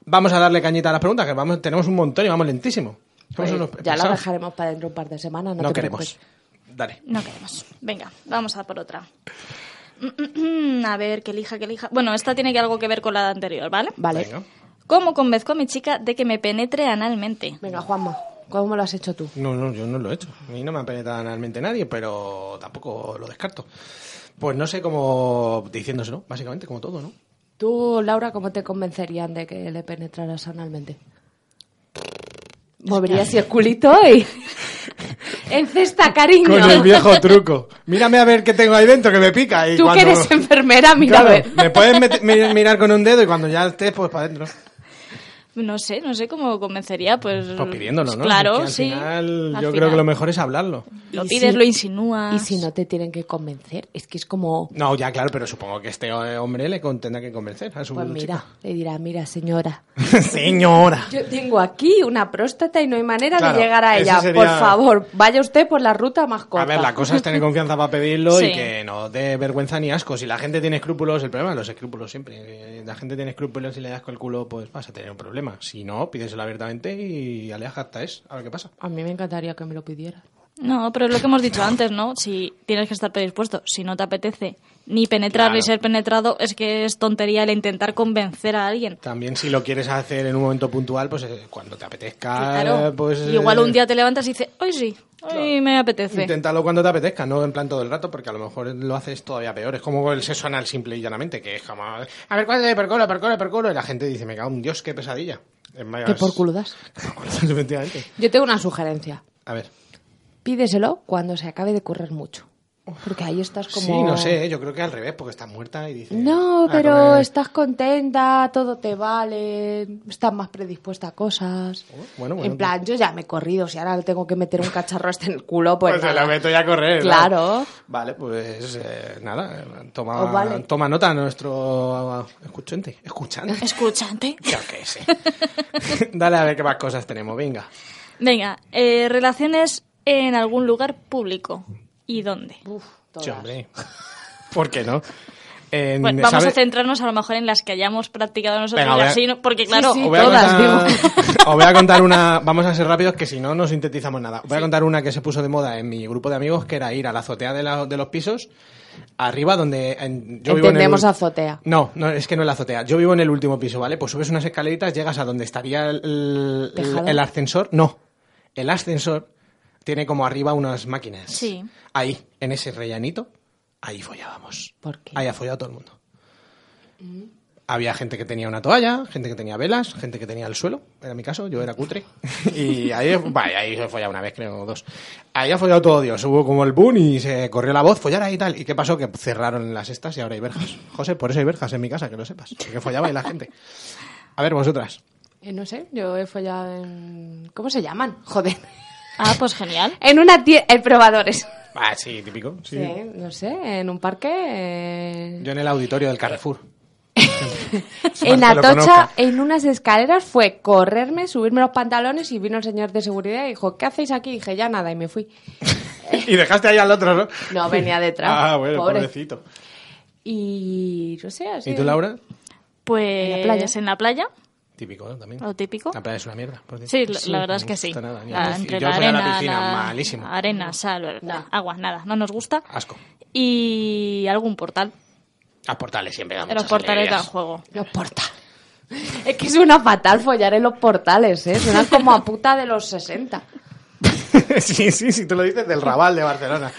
Vamos a darle cañita a las preguntas, que vamos, tenemos un montón y vamos lentísimo. Somos
Pues
unos
ya la
pesados.
dejaremos para dentro un par de semanas. No,
No
te
queremos.
preocupes.
Dale.
No queremos. Venga, vamos a por otra. Mm, A ver, que elija, que elija. Bueno, esta tiene que algo que ver con la anterior, ¿vale?
Vale.
Venga.
¿Cómo convenzco a mi chica de que me penetre analmente?
Venga, Juanma, ¿cómo lo has hecho tú?
No, no, yo no lo he hecho. A mí no me ha penetrado realmente nadie, pero tampoco lo descarto. Pues no sé cómo diciéndoselo, básicamente, como todo, ¿no?
Tú, Laura, ¿cómo te convencerían de que le penetraras analmente?
[LAUGHS]
Moverías el culito y... [LAUGHS] en cesta, cariño.
[LAUGHS] Con el viejo truco. Mírame a ver qué tengo ahí dentro que me pica. Y
Tú que
cuando-
eres enfermera, mira
Claro,
a ver.
Me puedes met- mi- mirar con un dedo y cuando ya estés, pues para adentro.
No sé, no sé cómo convencería, pues...
Pues pidiéndolo, ¿no?
Claro,
Es que
sí.
al Final,
Al
yo creo que
final.
lo mejor es hablarlo.
Lo
Y
pides,
si-
lo insinúas.
Y si no te tienen que convencer, es que es como...
No, ya claro, pero supongo que este eh, hombre le con- tendrá que convencer a su
Pues mira,
chica.
le dirá, mira señora,
[LAUGHS] Señora.
yo tengo aquí una próstata y no hay manera
Claro,
de llegar a
ese
ella.
sería-
Por favor, vaya usted por la ruta más corta.
A ver, la cosa es tener confianza para pedirlo
Sí.
y que no dé vergüenza ni asco. Si la gente tiene escrúpulos, el problema es los escrúpulos siempre. Eh, La gente tiene escrúpulos y le das con el culo, pues vas a tener un problema. Si no, pídeselo abiertamente y aleja hasta es. A ver qué pasa.
A mí me encantaría que me lo pidiera.
No, pero es lo que hemos dicho antes, ¿no? Si tienes que estar predispuesto, si no te apetece ni penetrar ni
Claro.
ser penetrado, es que es tontería el intentar convencer a alguien.
También si lo quieres hacer en un momento puntual, pues eh, cuando te apetezca,
Claro.
pues... eh,
Igual un día te levantas y dices, hoy sí, hoy me apetece.
Inténtalo cuando te apetezca, no en plan todo el rato, porque a lo mejor lo haces todavía peor. Es como el sexo anal simple y llanamente, que es jamás... A ver, ¿cuál es? Percola, percola, percola. Y la gente dice, me cago en Dios, qué pesadilla. Es más-
Que por
[LAUGHS]
culo das.
Efectivamente.
Yo tengo una sugerencia.
A ver.
Pídeselo cuando se acabe de correr mucho. Porque ahí estás como...
Sí, no sé, yo creo que al revés, porque estás muerta y dices...
No,
"Ah,
pero
comer".
estás contenta, todo te vale, estás más predispuesta a cosas.
Oh, bueno, bueno,
en plan, yo ya me he corrido, si ahora le tengo que meter un cacharro este en el culo, pues.
Pues se
nada.
la meto ya a correr. ¿no?
Claro.
Vale, pues eh, nada, eh, toma,
Os vale.
toma nota nuestro escuchante.
[LAUGHS]
Escuchante.
Escuchante.
Yo qué sé. [LAUGHS] Dale a ver qué más cosas tenemos, venga.
Venga, eh, relaciones en algún lugar público. ¿Y dónde?
Mm, Sí, hombre. ¿Por qué no? En-
Bueno, vamos
¿sabe-
a centrarnos a lo mejor en las que hayamos practicado nosotros,
Venga, voy a-
así, ¿no? porque claro,
Os voy a contar- [LAUGHS] Os voy a contar una. Vamos a ser rápidos que si no, no sintetizamos nada. Os Voy a contar una que se puso de moda en mi grupo de amigos, que era ir a la azotea de, la- de los pisos, arriba donde. en- yo vivo en el-
Entendemos azotea.
No, no, es que no es la azotea. Yo vivo en el último piso, ¿vale? Pues subes unas escaleritas, llegas a donde estaría el, el,
Tejado.
el ascensor. No, el ascensor tiene como arriba unas máquinas.
Sí.
Ahí, en ese rellanito, ahí follábamos.
¿Por qué?
Ahí ha follado todo el mundo. Había gente que tenía una toalla, gente que tenía velas, gente que tenía el suelo. Era mi caso, yo era cutre. y ahí, vaya, ahí he follado una vez, creo, o dos. Ahí ha follado todo Dios. Hubo como el boom y se corrió la voz, follar ahí y tal. ¿Y qué pasó? Que cerraron las estas y ahora hay verjas. José, por eso hay verjas en mi casa, que lo sepas. Porque follaba ahí la gente. A ver, vosotras.
Eh, no sé, yo he follado en. ¿Cómo se llaman? Joder. [LAUGHS]
Ah, pues genial.
En una tienda. En probadores.
Ah, sí, típico. Sí.
Sí. no sé, en un parque. eh,
Yo en el auditorio del Carrefour.
En
Marta lo
Atocha,
conozca.
en unas escaleras, fue correrme, subirme los pantalones y vino el señor de seguridad y dijo: ¿Qué hacéis aquí? Y dije: Ya nada, y me fui.
y dejaste ahí al otro, ¿no?
Eh.
[LAUGHS]
No, venía detrás.
Ah, bueno,
Pobre.
pobrecito.
Y no sé, así.
¿Y tú, Laura?
Pues
En la playa.
en la playa,
Típico, ¿no? También.
lo típico.
La playa es una mierda. por cierto.
Sí, la, la verdad
no
es que
me gusta
sí.
nada, ni
La-
la piscina.
entre
yo
la Ah.
fui a
arena,
la piscina,
la-
malísimo. Ah.
Arena, sal,
No.
agua, nada, no nos gusta.
Asco.
Y algún portal.
A portales siempre dan
Los
muchas
portales dan
alegrías.
juego.
Los portales. [LAUGHS] Es que suena fatal follar en los portales, ¿eh? Suena como a puta de los 60.
[LAUGHS] sí, sí, sí, tú lo dices del Raval de
[LAUGHS]
Barcelona.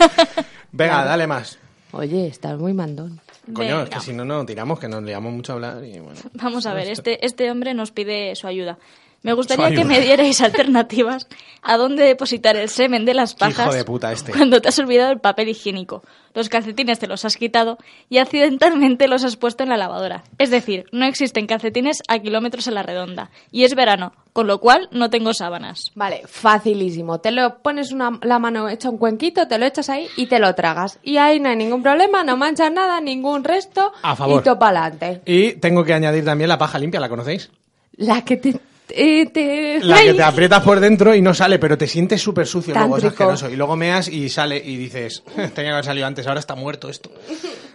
Venga, dale más.
Oye, estás muy mandón.
Coño, es
Venga.
que si no, no tiramos, que nos liamos mucho a hablar y bueno.
Vamos a ver,
esto-
este, este hombre nos pide su ayuda. Me gustaría
Su
que
ayuda.
me dierais [LAUGHS] alternativas a dónde depositar el semen de las
Qué
pajas
hijo de puta este.
cuando te has olvidado el papel higiénico. Los calcetines te los has quitado y accidentalmente los has puesto en la lavadora. Es decir, no existen calcetines a kilómetros a la redonda. Y es verano, con lo cual no tengo sábanas.
Vale, facilísimo. Te lo pones una, la mano hecha un cuenquito, te lo echas ahí y te lo tragas. Y ahí no hay ningún problema, no manchas nada, ningún resto.
A favor.
Y topa adelante.
Y tengo que añadir también la paja limpia, ¿la conocéis?
La que te... te, te-
La que
¡Ay!
te aprietas por dentro y no sale, pero te sientes súper sucio, luego es
Tántrico.
asqueroso. Y luego meas y sale y dices, "Eh, tenía que haber salido antes, ahora está muerto esto.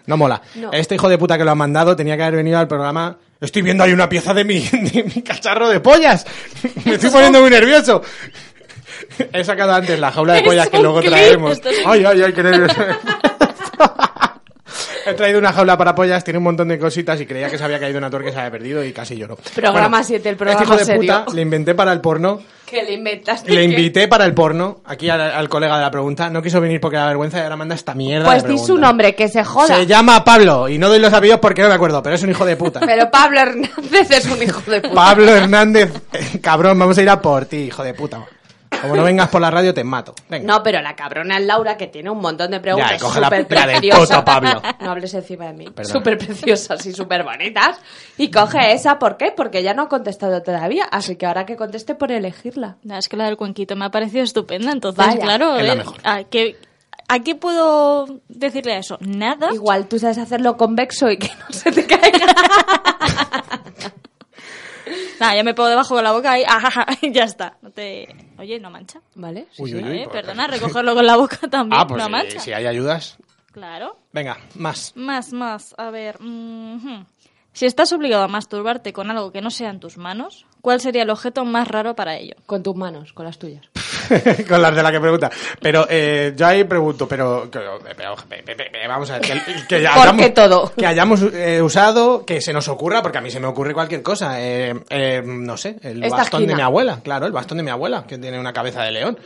No mola.
No.
Este hijo de puta que lo ha mandado tenía que haber venido al programa. Estoy viendo ahí una pieza de mi, de mi cacharro de pollas. [LAUGHS] Me estoy poniendo muy nervioso. [LAUGHS] He sacado antes la jaula de
Es
pollas que
un
luego
clip,
traemos.
esto es un
Ay, ay, ay, qué nervioso. [LAUGHS] He traído una jaula para pollas, tiene un montón de cositas y creía que se había caído una torre que se había perdido y casi lloro.
Programa siete, el programa
Este hijo de
serio.
puta le inventé para el porno
Que le inventaste. [LAUGHS]
le
que-
invité para el porno, aquí al, al colega de la pregunta. No quiso venir porque da vergüenza y ahora manda esta mierda.
Pues
de
di
pregunta.
su nombre, que se joda.
Se llama Pablo y no doy los apellidos porque no me acuerdo, pero es un hijo
[LAUGHS]
de puta.
Pero Pablo Hernández es un hijo de puta.
Pablo Hernández, [LAUGHS] cabrón, vamos a ir a por ti, hijo de puta. Como no vengas por la radio, te mato. Venga.
No, pero la cabrona es Laura, que tiene un montón de preguntas.
Ya, coge la
súper
pera del
preciosas.
toto, Pablo.
No hables encima de mí.
Perdón.
Súper preciosas y súper bonitas. Y coge esa, ¿por qué? Porque ya no ha contestado todavía. Así que ahora que conteste por elegirla.
La escuela del cuenquito me ha parecido estupenda, entonces,
Vaya.
claro,
Es la
eh,
mejor.
¿a, qué, ¿a qué puedo decirle a eso? Nada.
Igual tú sabes hacerlo convexo y que no se te caiga.
Nada, ya me pongo debajo de la boca y [LAUGHS] ajaja, y ya está. No te... Oye, no mancha.
¿Vale? sí,
Uy,
sí.
uy, uy,
Eh,
por-
perdona, recogerlo con la boca [LAUGHS] también.
Ah, pues
no
si-
mancha.
si hay ayudas.
Claro.
Venga, más.
Más, más. A ver. mhm. Si estás obligado a masturbarte con algo que no sean tus manos, ¿cuál sería el objeto más raro para ello?
Con tus manos, con las tuyas.
[LAUGHS] con las de la que pregunta. Pero eh, yo ahí pregunto, pero, que- eh, pero, pe- pe- pe- vamos a ver, que,
[LAUGHS] ¿Por
que hayamos-
qué todo?
Que hayamos eh, usado, que se nos ocurra, porque a mí se me ocurre cualquier cosa. Eh, eh, no sé, el
Esta
bastón
esquina.
de mi abuela, claro, el bastón de mi abuela, que tiene una cabeza de león.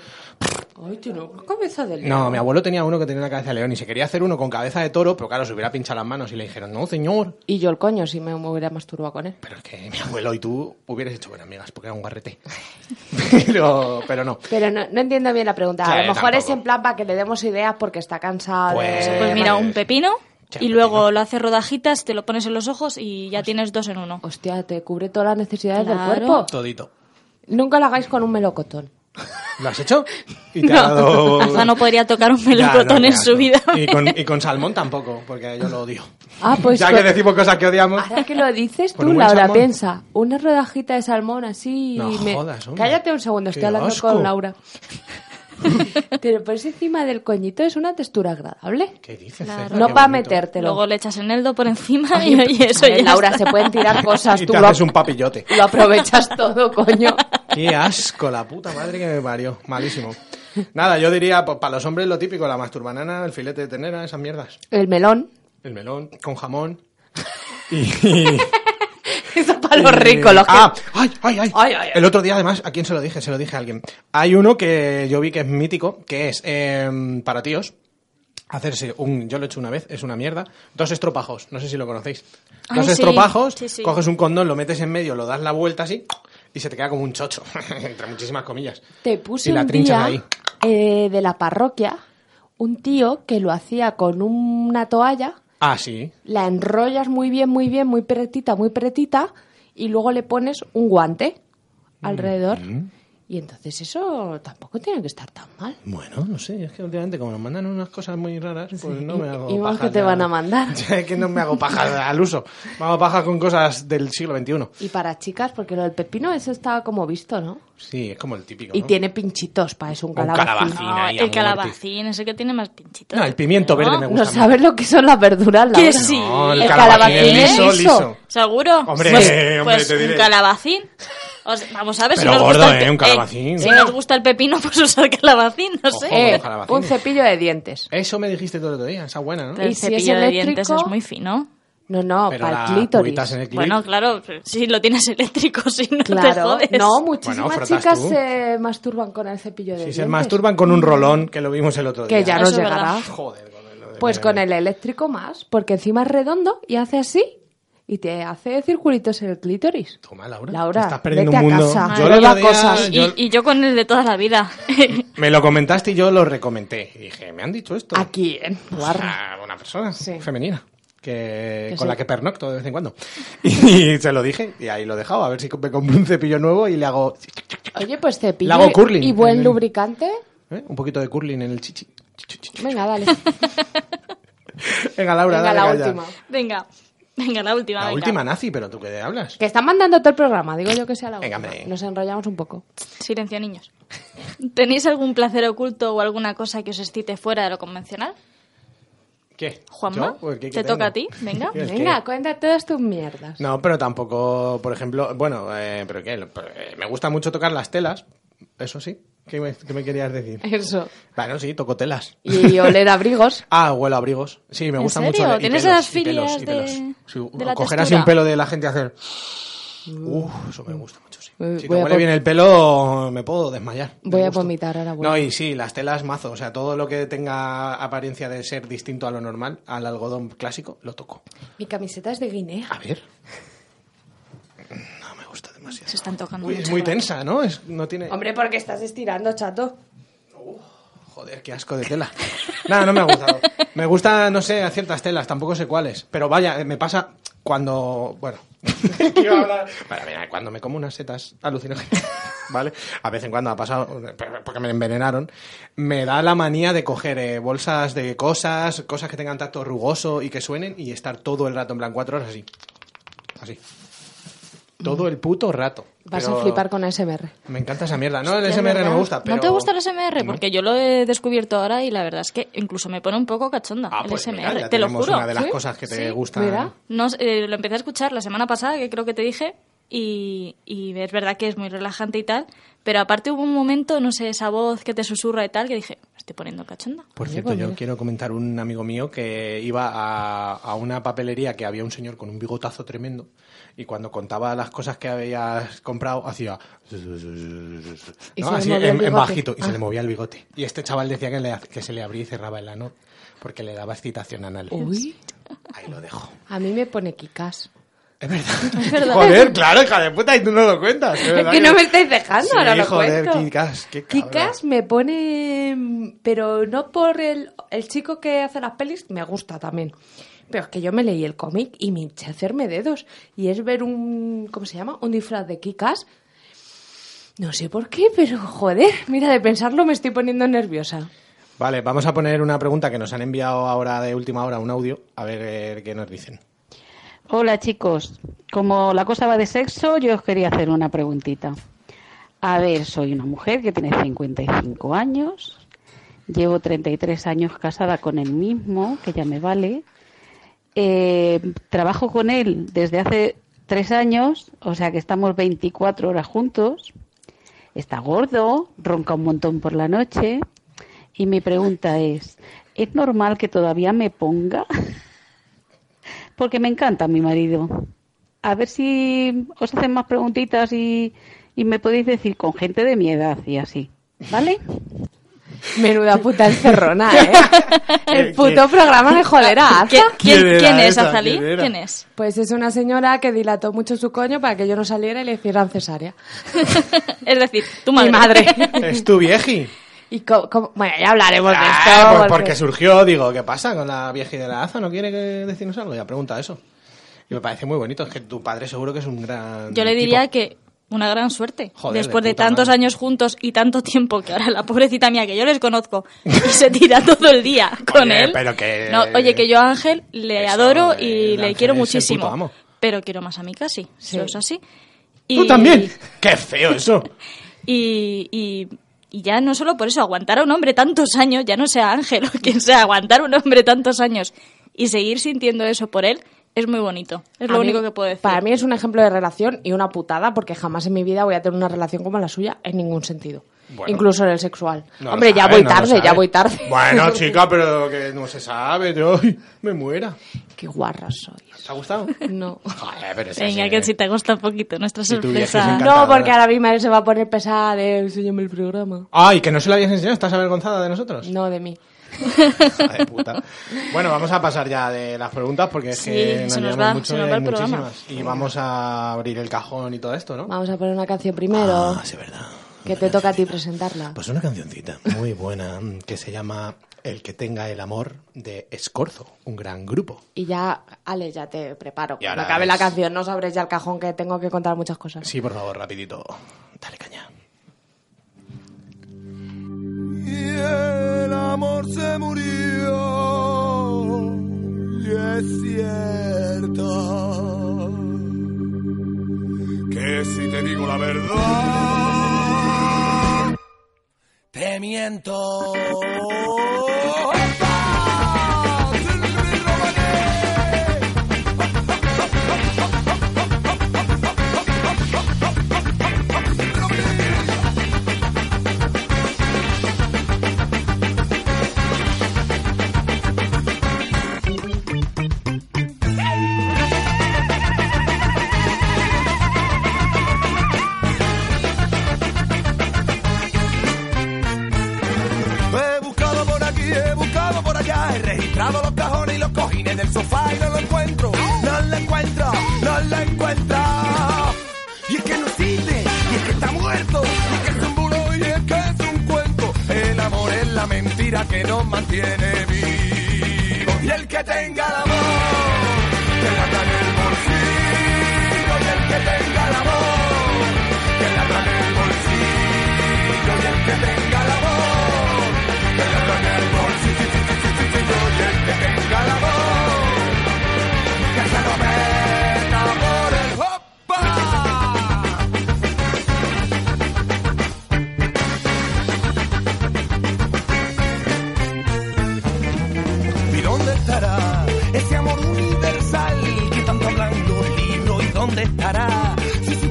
Ay, tiene una cabeza de león.
No, mi abuelo tenía uno que tenía una cabeza de león y se quería hacer uno con cabeza de toro, pero claro, se hubiera pinchado las manos y le dijeron, no, señor.
Y yo el coño, si me hubiera masturbado con él.
Pero es que mi abuelo y tú hubieras hecho buenas amigas, porque era un guarrete. [LAUGHS] pero, pero no.
Pero no, no entiendo bien la pregunta. A
Sí,
lo mejor
tampoco.
es en plan para que le demos ideas porque está cansado.
Pues-
de...
Pues mira, un pepino
Ya, Pues
y luego lo haces rodajitas, te lo pones en los ojos y ya tienes dos en uno.
Hostia, te cubre todas las necesidades
Claro.
del cuerpo.
Todito.
Nunca lo hagáis con un melocotón.
¿Lo has hecho? Y te
No.
ha
[LAUGHS]
dado...
Azfa no podría tocar un
Ya,
melocotón
no, qué
en su
asco.
vida.
Y con, y con salmón tampoco, porque yo lo odio.
Ah, pues
ya
con- Ah,
que decimos cosas que odiamos.
[LAUGHS] Ahora que lo dices
Con
tú,
un buen
Laura,
salmón.
piensa. Una rodajita de salmón así. y
No
me-
jodas, hombre.
Cállate un segundo, estoy
Qué
hablando
asco.
con Laura. [LAUGHS] Te lo pones encima del coñito, es una textura agradable.
¿Qué dices?
Claro.
Cefa?
no
Qué
para
bonito.
metértelo.
Luego le echas eneldo por encima y, y eso
Hombre,
ya
Laura,
está.
se pueden
[LAUGHS]
tirar cosas.
Ah, Y
tú
te
lo,
haces un papillote.
[LAUGHS] lo aprovechas todo, coño.
Qué asco, la puta madre que me parió. Malísimo. Nada, yo diría, pues, para los hombres lo típico, la masturbanana, el filete de tenera, esas mierdas.
El melón.
El melón con jamón.
Eso para [LAUGHS] los ricos, los que...
Ah, ay, ay, ay.
Ay, ay, ay.
El otro día, además, ¿a quién se lo dije? Se lo dije a alguien. Hay uno que yo vi que es mítico, que es em, para tíos. Hacerse un, yo lo he hecho una vez, es una mierda. Dos estropajos, no sé si lo conocéis.
Ay,
Dos
sí,
estropajos,
sí, sí.
coges un condón, lo metes en medio, lo das la vuelta así y se te queda como un chocho, [LAUGHS] entre muchísimas comillas.
Te puse
y la
un
trinchas
día
ahí.
eh, de la parroquia un tío que lo hacía con una toalla,
Ah, sí.
la enrollas muy bien, muy bien, muy pretita, muy pretita, y luego le pones un guante alrededor. Y entonces eso tampoco tiene que estar tan mal.
Bueno, no sé, es que últimamente como nos mandan unas cosas muy raras, pues no me hago
y más
pajas
que te
ya.
van a mandar.
Ya [LAUGHS] es que no me hago paja al uso. Me hago paja con cosas del siglo XXI.
Y para chicas, porque lo del pepino eso está como visto, ¿no?
Sí, es como el típico.
Y
¿no?
tiene pinchitos, para eso un
Un
calabacín.
calabacín.
No,
Ahí, a
el
muerte.
calabacín, ese que tiene más pinchito.
No, el pimiento verde me gusta.
No
más.
sabes lo que son las verduras, Laura.
Que sí.
No, el,
El
calabacín,
calabacín
es
es
liso,
liso.
liso.
¿Seguro?
Hombre,
pues,
hombre,
pues
te diré.
un calabacín. O sea, vamos a ver
Pero
si nos
gordo,
gusta el
¿eh?
pe-
Un calabacín.
si nos gusta el pepino, [LAUGHS] pues usar calabacín, no
Ojo.
sé.
Eh,
Los calabacines.
un cepillo de dientes.
Eso me dijiste todo el otro día, esa buena, ¿no?
Pero el
¿Y si es
cepillo de dientes
eléctrico?
es muy fino.
No, no,
Pero
para
la
el clítoris.
cubitas en el clítoris.
Bueno, claro, si lo tienes eléctrico, [LAUGHS] si no te
Claro,
jodes.
no, muchísimas
frotas
chicas
tú.
se masturban con el cepillo de
si
dientes.
se masturban
pues.
con un rolón, que lo vimos el otro día.
Que ya
Eso
nos
es
llegará.
verdad.
[LAUGHS] Joder, con el- lo de-
Pues con el eléctrico más, porque encima es redondo y hace así y te hace circulitos en el clítoris.
Toma, Laura.
Laura,
te estás perdiendo
vete
un
a
mundo.
casa,
yo
prueba
lo
cosas.
Y,
Yo,
y yo con el de toda la vida. [LAUGHS]
Me lo comentaste y yo lo recomendé. Y dije, me han dicho esto.
¿A quién? Guarra.
a una persona
Sí.
femenina que
Que
con
sí.
la que pernocto de vez en cuando [LAUGHS] y se lo dije y ahí lo he dejado a ver si me compro un cepillo nuevo y le hago
Oye, pues cepillo
Le hago
y-
curling
y
en
buen
el-
lubricante.
¿eh? un poquito de curling en el chichi
Venga, dale.
[LAUGHS] venga Laura
Venga,
dale,
la
calla.
última.
venga, venga, la última.
la
venga.
última nazi pero tú qué hablas
Que están mandando todo el programa, digo yo que sea la
Venga,
última.
hombre.
Nos enrollamos un poco.
Silencio, niños. ¿Tenéis algún placer oculto o alguna cosa que os excite fuera de lo convencional?
qué
Juanma,
¿Yo? Pues, ¿qué- qué
te toca a ti.
tengo? [LAUGHS]
Venga.
¿Qué? Es
Venga,
que-
cuenta todas tus mierdas.
no pero tampoco por ejemplo bueno eh, pero qué Pero, eh, me gusta mucho tocar las telas eso sí qué me, qué me querías decir
Eh.
Eso.
bueno sí toco telas
Y oler abrigos.
Ah, huelo a abrigos. Sí, me
¿En
gusta
serio?
mucho. y
¿Tienes
pelos,
esas
y pelos,
filias
y pelos.
de-
Sí,
de la
coger
textura?
así un pelo de la gente y hacer. Uf, eso me gusta mucho, sí.
Eh,
Si
voy
no
a
huele
pon-
bien el pelo, me puedo desmayar. de
Voy a
gusto.
vomitar ahora. vuelvo.
No, y sí, las telas mazo. O sea, todo lo que tenga apariencia de ser distinto a lo normal, al algodón clásico, lo toco.
[LAUGHS] Mi camiseta es de Guinea.
A ver. No me gusta demasiado.
Se están tocando.
Uy, es
mucho.
muy tensa, ¿no? Es, no tiene.
Hombre, porque estás estirando, chato.
Joder, qué asco de tela. Nada, no me ha gustado. Me gusta, no sé, a ciertas telas, tampoco sé cuáles. Pero vaya, me pasa cuando. Bueno. iba a hablar- Bueno, mira, cuando me como unas setas alucinógenas, [LAUGHS] ¿vale? A vez en cuando ha pasado, porque me envenenaron, me da la manía de coger eh, bolsas de cosas, cosas que tengan tacto rugoso y que suenen, y estar todo el rato en plan cuatro horas así. Así. Todo el puto rato.
Vas
Pero
a flipar con SMR.
Me encanta esa mierda. No, el
Es
SMR no
verdad.
me gusta, pero...
¿No te gusta el SMR?
No.
Porque yo lo he descubierto ahora y la verdad es que incluso me pone un poco cachonda
Ah,
el
pues
SMR.
mira, ya
te lo
tenemos
juro.
una de las
¿Sí?
cosas que te
Sí.
gustan.
mira.
No, sé, eh, lo empecé a escuchar la semana pasada, que creo que te dije, y, y es verdad que es muy relajante y tal, pero aparte hubo un momento, no sé, esa voz que te susurra y tal, que dije, me estoy poniendo cachonda.
Por cierto, yo quiero comentar un amigo mío que iba a, a una papelería que había un señor con un bigotazo tremendo y cuando contaba las cosas que habías comprado hacía
Y
¿no?
se le
así
movía el
en, en
bigote.
bajito y
Ah.
se le movía el bigote. Y este chaval decía que, le- que se le abría y cerraba el ano porque le daba excitación anal.
Uy.
Ahí lo dejo.
A mí me pone Kikas.
Es verdad. [LAUGHS] Joder, claro, hija de puta, y tú no lo cuentas.
Es
verdad
que no me estáis dejando,
Sí,
ahora lo
joder,
cuento.
Kikas, qué cabrón.
Kikas me pone. mm, Pero no por el. El chico que hace las pelis me gusta también. Pero es que yo me leí el cómic y me hinché a hacerme dedos. Y es ver un. ¿Cómo se llama? Un disfraz de Kikas. No sé por qué, pero joder, mira, de pensarlo me estoy poniendo nerviosa.
Vale, vamos a poner una pregunta que nos han enviado ahora de última hora, un audio, a ver eh, qué nos dicen.
Hola chicos, como la cosa va de sexo, yo os quería hacer una preguntita. A ver, soy una mujer que tiene 55 años, llevo 33 años casada con el mismo, que ya me vale, Eh, trabajo con él desde hace 3 años, o sea que estamos 24 horas juntos, está gordo, ronca un montón por la noche y mi pregunta es, ¿es normal que todavía me ponga? [LAUGHS] porque me encanta mi marido. A ver si os hacen más preguntitas y, y me podéis decir con gente de mi edad y así. ¿Vale?
Menuda puta encerrona,
[LAUGHS]
¿eh? El puto
¿Quién?
programa me joderá.
¿Qui- quién- ¿Quién era quién es, esa?
Azalí?
Azalí? ¿Quién era? ¿Quién es?
Pues es una señora que dilató mucho su coño para que yo no saliera y le hicieran cesárea.
es decir, tu
Mi
[LAUGHS]
madre.
¿Es tu vieji?
Y co- co- bueno, ya hablaremos de esto.
Ah,
[LAUGHS]
pues
porque-
porque surgió, digo, ¿qué pasa con la vieji de la Aza? ¿No quiere que decirnos algo? Ya pregunta eso. Y me parece muy bonito, es que tu padre seguro que es un gran...
Yo le diría que una gran suerte.
Joder,
Después
de
de,
puta
tantos años juntos y tanto tiempo que ahora la pobrecita mía, que yo les conozco, y se tira [LAUGHS] todo el día con
Oye,
él.
pero que- eh,
No, oye, que yo a Ángel le adoro y
el
le
Ángel
quiero
es el
muchísimo.
puto amo.
Pero quiero más a mí casi,
Sí.
eso es así.
¡Tú
Y-
también! ¡Qué feo
[LAUGHS]
eso!
Y, y, y ya no solo por eso, aguantar a un hombre tantos años, ya no sea Ángel [LAUGHS] o quien sea, aguantar a un hombre tantos años y seguir sintiendo eso por él es muy bonito. Es lo
A mí-
único que puedo decir.
Para mí es un ejemplo de relación y una putada porque jamás en mi vida voy a tener una relación como la suya en ningún sentido.
Bueno.
Incluso en el sexual.
No lo
Hombre, ya
sabe,
voy
no lo
tarde, ya
sabe.
voy tarde.
[LAUGHS]
[LAUGHS]
Bueno, chica, pero que no se sabe, yo ay, me muera.
Qué guarra sois.
¿Te
[LAUGHS]
ha gustado?
No.
Joder, pero es
Venga,
así,
que
¿eh?
si te gusta un poquito nuestra
Si tú viajes
sorpresa.
encantadora.
No, porque ahora mi madre se va a poner pesada de enséñame el programa.
Ay, que no se lo habías enseñado, estás avergonzada de nosotros.
No, de mí.
Hija de puta. Bueno, vamos a pasar ya de las preguntas porque es
Sí,
que
se nos
llevamos
va-
mucho
se nos
y
va
hay
el programa.
muchísimas. Y vamos a abrir el cajón y todo esto, ¿no?
Vamos a poner una canción primero.
Ah, sí, verdad.
Que te toca a ti presentarla.
Pues una cancioncita muy buena mm, que se llama El que tenga el amor de Escorzo, un gran grupo.
Y ya, Ale, ya te preparo.
Y
Cuando
ahora
acabe la
es-
canción, no sabréis ya el cajón que tengo que contar muchas cosas.
Sí, por favor, rapidito.
y el amor se murió. Y es cierto que si te digo la verdad, te miento.
He buscado por aquí, he buscado por allá, he registrado los cajones y los cojines del sofá y no lo encuentro, no lo encuentro, no lo encuentro. Y es que no existe, y es que está muerto, y es que es un bulo y es que es un cuento. El amor es la mentira que nos mantiene vivos. Y el que tenga el amor, que la trae en el bolsillo. Y el que tenga el amor, que la trae en el bolsillo. Y el que tenga el amor. Que la traga el bolsillo y el que tenga el amor, que se lo meta por el hopa. ¿Y dónde estará ese amor universal que tanto hablan los libros? ¿Y dónde estará? Si su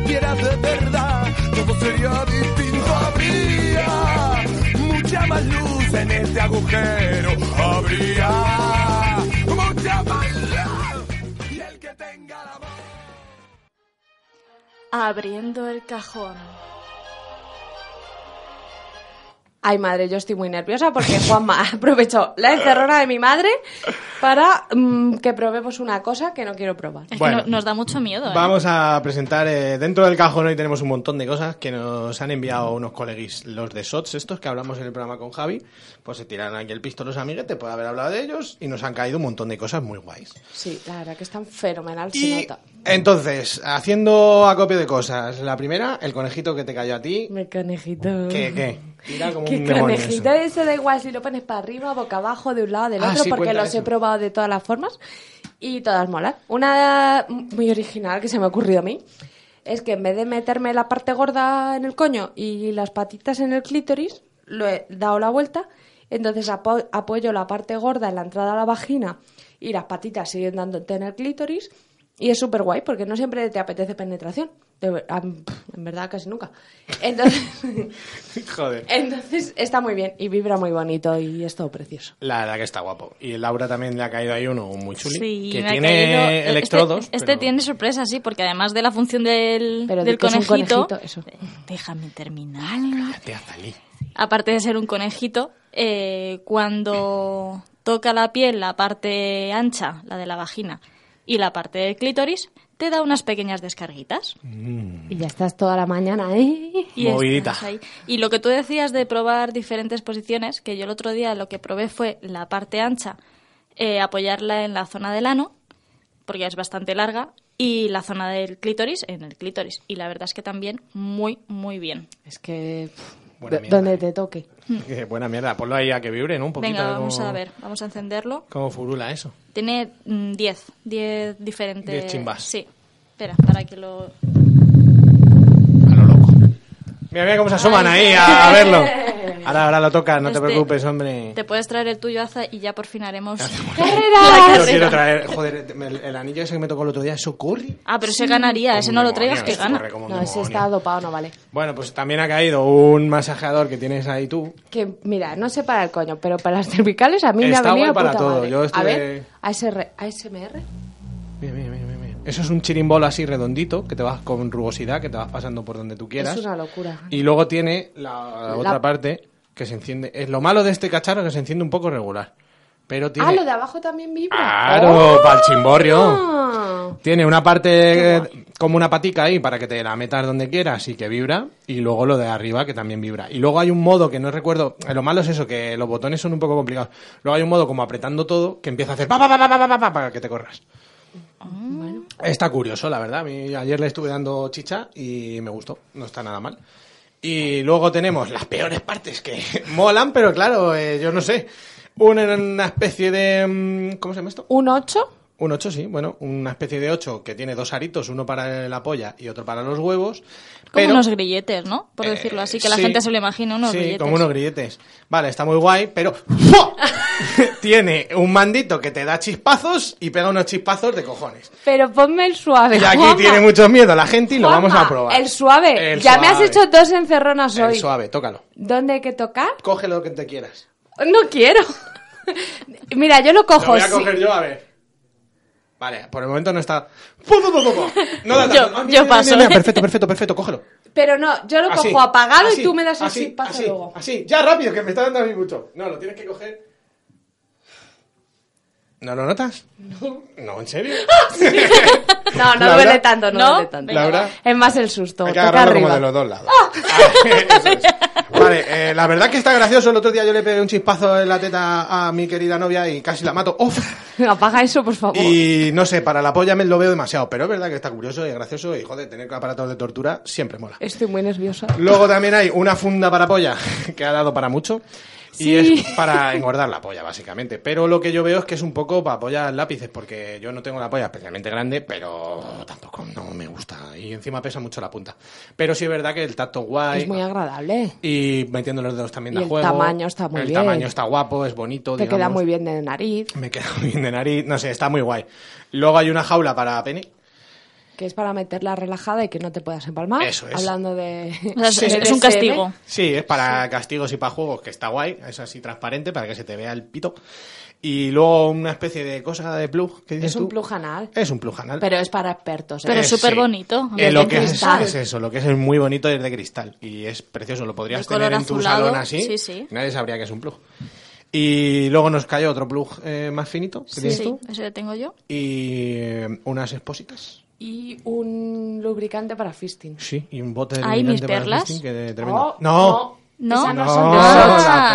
sería distinto. Habría mucha más luz en este agujero. Habría mucha más luz. Y el que tenga la
Abriendo el cajón.
Ay, madre, yo estoy muy nerviosa porque Juanma [LAUGHS] aprovechó la encerrona de mi madre para mm, que probemos una cosa que no quiero probar.
Es
Bueno.
que no- nos da mucho miedo. ¿eh?
Vamos a presentar eh, dentro del cajón hoy tenemos un montón de cosas que nos han enviado unos coleguis, los de Shots estos que hablamos en el programa con Javi, pues se tiran aquí el pisto los amiguetes por haber hablado de ellos y nos han caído un montón de cosas muy guays.
Sí, la verdad que están fenomenal, se nota.
Entonces, haciendo acopio de cosas, la primera, el conejito que te cayó a ti.
Mi conejito.
¿Qué, qué? Tira como
Que
un demonio eso.
conejito, eso da igual si lo pones para arriba, boca abajo, de un lado, del
Ah,
otro,
sí,
porque
cuenta
los he
eso.
probado de todas las formas y todas molan. Una muy original que se me ha ocurrido a mí es que en vez de meterme la parte gorda en el coño y las patitas en el clítoris, lo he dado la vuelta, entonces apo- apoyo la parte gorda en la entrada a la vagina y las patitas siguen dándote en el clítoris. Y es súper guay porque no siempre te apetece penetración. De ver- a- en verdad, casi nunca. Entonces, [LAUGHS]
[LAUGHS] Joder.
Entonces está muy bien y vibra muy bonito y es todo precioso.
La verdad que está guapo. Y Laura también le ha caído ahí uno muy chuli.
Sí,
que
me ha
tiene
caído- este-
electrodos.
Este,
pero-
tiene sorpresa, sí, porque además de la función del,
Pero
del
di que es un
conejito,
conejito, eso.
Déjame terminar.
Te hace allí.
Aparte de ser un conejito, eh, cuando toca la piel la parte ancha, la de la vagina, y la parte del clítoris, te da unas pequeñas descarguitas.
Y ya estás toda la mañana, ¿eh?
Y
Movidita.
estás ahí. Y lo que tú decías de probar diferentes posiciones, que yo el otro día lo que probé fue la parte ancha, eh, apoyarla en la zona del ano, porque es bastante larga, y la zona del clítoris en el clítoris. Y la verdad es que también muy, muy bien.
Es que...
Buena
Do-
mierda. ¿eh?
donde te toque.
Qué buena mierda. Ponlo ahí a que vibre, ¿no? Un poquito.
Mm. Venga,
de
vamos
cómo-
a ver, vamos a encenderlo.
Cómo furula eso.
Tiene mm, 10, 10 diferentes...
Diez chimbas.
Sí. Espera, para que lo...
Mira, mira cómo se asoman
Ay.
ahí a, a
[LAUGHS]
verlo. Ahora, ahora lo toca, no
Este-
te preocupes, hombre.
Te puedes traer el tuyo, Aza, y ya por fin haremos...
Yo quiero traer, joder, me- el, anillo ese que me tocó el otro día, eso corre.
[LAUGHS] Ah, pero ese
Sí.
ganaría,
Como
ese
un
no lo
demonio,
traigas que
ese
gana.
corre como un
No, ese
demonio.
está dopado, no vale.
Bueno, pues también ha caído un masajeador que tienes ahí tú.
Que, mira, no sé para el coño, pero para las cervicales a mí me
Está
ha venido
guay para
puta
todo,
madre.
yo estuve-
A ver, ASR, ASMR.
Mira, mira, mira, mira, mira. Eso es un chirimbolo así redondito que te vas con rugosidad, que te vas pasando por donde tú quieras.
Es una locura. Ah,
Y luego tiene la,
La-
otra parte que se enciende. Es lo malo de este cacharro que se enciende un poco regular. Pero tiene.
Ah, lo de abajo también vibra.
Claro,
¡Oh!
para el chimborrio.
Ah.
Tiene una parte eh, como una patica ahí para que te la metas donde quieras y que vibra. Y luego lo de arriba que también vibra. Y luego hay un modo que no recuerdo. eh, Lo malo es eso, que los botones son un poco complicados. Luego hay un modo como apretando todo que empieza a hacer pa pa pa pa pa pa, pa, pa, para que te corras. Está curioso, la verdad. A mí ayer le estuve dando chicha y me gustó. No está nada mal. Y luego tenemos las peores partes que [LAUGHS] molan, pero claro, eh, yo no sé. Una, una especie de. mm, ¿Cómo se llama esto?
Un 8.
Un 8, sí, bueno, una especie de 8 que tiene dos aritos, uno para la polla y otro para los huevos.
Como
pero- Eh,
unos grilletes, ¿no? Por decirlo así, que la
sí.
gente se lo imagina, unos
sí,
grilletes.
como unos grilletes. Vale, está muy guay, pero ¡fua! [LAUGHS] tiene un mandito que te da chispazos y pega unos chispazos de cojones.
Pero ponme el suave.
Y aquí
Juanma.
tiene mucho miedo la gente y lo vamos a
Juanma,
probar.
El suave.
El
ya me has
suave.
hecho dos encerronas
El
hoy.
suave, tócalo.
¿Dónde hay que tocar?
Coge lo que te quieras.
No quiero. Mira, yo lo
lo
cojo.
voy a
sí.
coger yo, a ver. Vale, por el momento no está. ¡Pum, pum, pum, pum, pum! No da
Yo-
tanto. Ah, mira,
yo
mira,
paso.
mira, Perfecto, perfecto, perfecto, cógelo.
Pero no, yo lo
Así,
cojo apagado
así,
y tú me das el
así,
chispazo
así, [LAUGHS]
luego.
Así, ya rápido, que me está dando a mí mucho. No, lo tienes que coger. ¿No lo notas? No. No,
[LAUGHS]
en serio.
No, no
Laura,
duele tanto, no,
¿no?
duele tanto.
Laura.
Es más el susto.
Hay que
Toca
agarrarlo como
arriba. Ah.
de los dos lados. [LAUGHS] Ah, Eso es. Vale, eh, la verdad que está gracioso. El otro día yo le pegué un chispazo en la teta a mi querida novia y casi la mato. ¡Uf!
[LAUGHS] Apaga eso, por favor.
Y no sé, para la polla me lo veo demasiado, pero es verdad que está curioso y gracioso y joder, tener aparatos de tortura siempre mola.
Estoy muy nerviosa.
Luego también hay una funda para polla [LAUGHS] que ha dado para mucho. Y
Sí. [LAUGHS]
es para engordar la polla, básicamente. Pero lo que yo veo es que es un poco para apoyar lápices, porque yo no tengo la polla especialmente grande, pero tampoco no me gusta. Y encima pesa mucho la punta. Pero sí es verdad que el tacto es guay.
Es muy agradable.
y metiendo los dedos
Y
también da
el
juego.
tamaño está muy
el
bien.
tamaño está guapo, es bonito.
Te queda
digamos.
muy bien de nariz.
[LAUGHS] Me queda muy bien de nariz, no sé, está muy guay. Luego hay una jaula para pene.
que es para meterla relajada y que no te puedas empalmar.
Eso es.
Hablando de.
O sea, es-
de
es un
DSM.
castigo.
Sí, es para castigos y para juegos, que está guay, es así transparente para que se te vea el pito. Y luego una especie de cosa de plug. ¿qué dices
Es un
tú?
plug anal,
Es un plug anal.
pero es para expertos. ¿eh?
Pero es
Eh,
súper
sí.
bonito.
Eh, lo que es, es eso, lo que es es muy bonito es de cristal y es precioso, lo podrías
De color
tener en tu
azulado,
salón así.
sí, sí.
y Nadie sabría que es un plug. Y luego nos cayó otro plug eh, más finito, que
Sí,
tienes
sí,
tú,
eso lo tengo yo.
y eh, unas expósitas.
Y un lubricante para fisting.
Sí, y un bote de
Ay, mis
lubricante para
perlas.
fisting que de- tremendo.
No,
no.
¿No?
Esas no
Ah,
son de
ah,
Sony.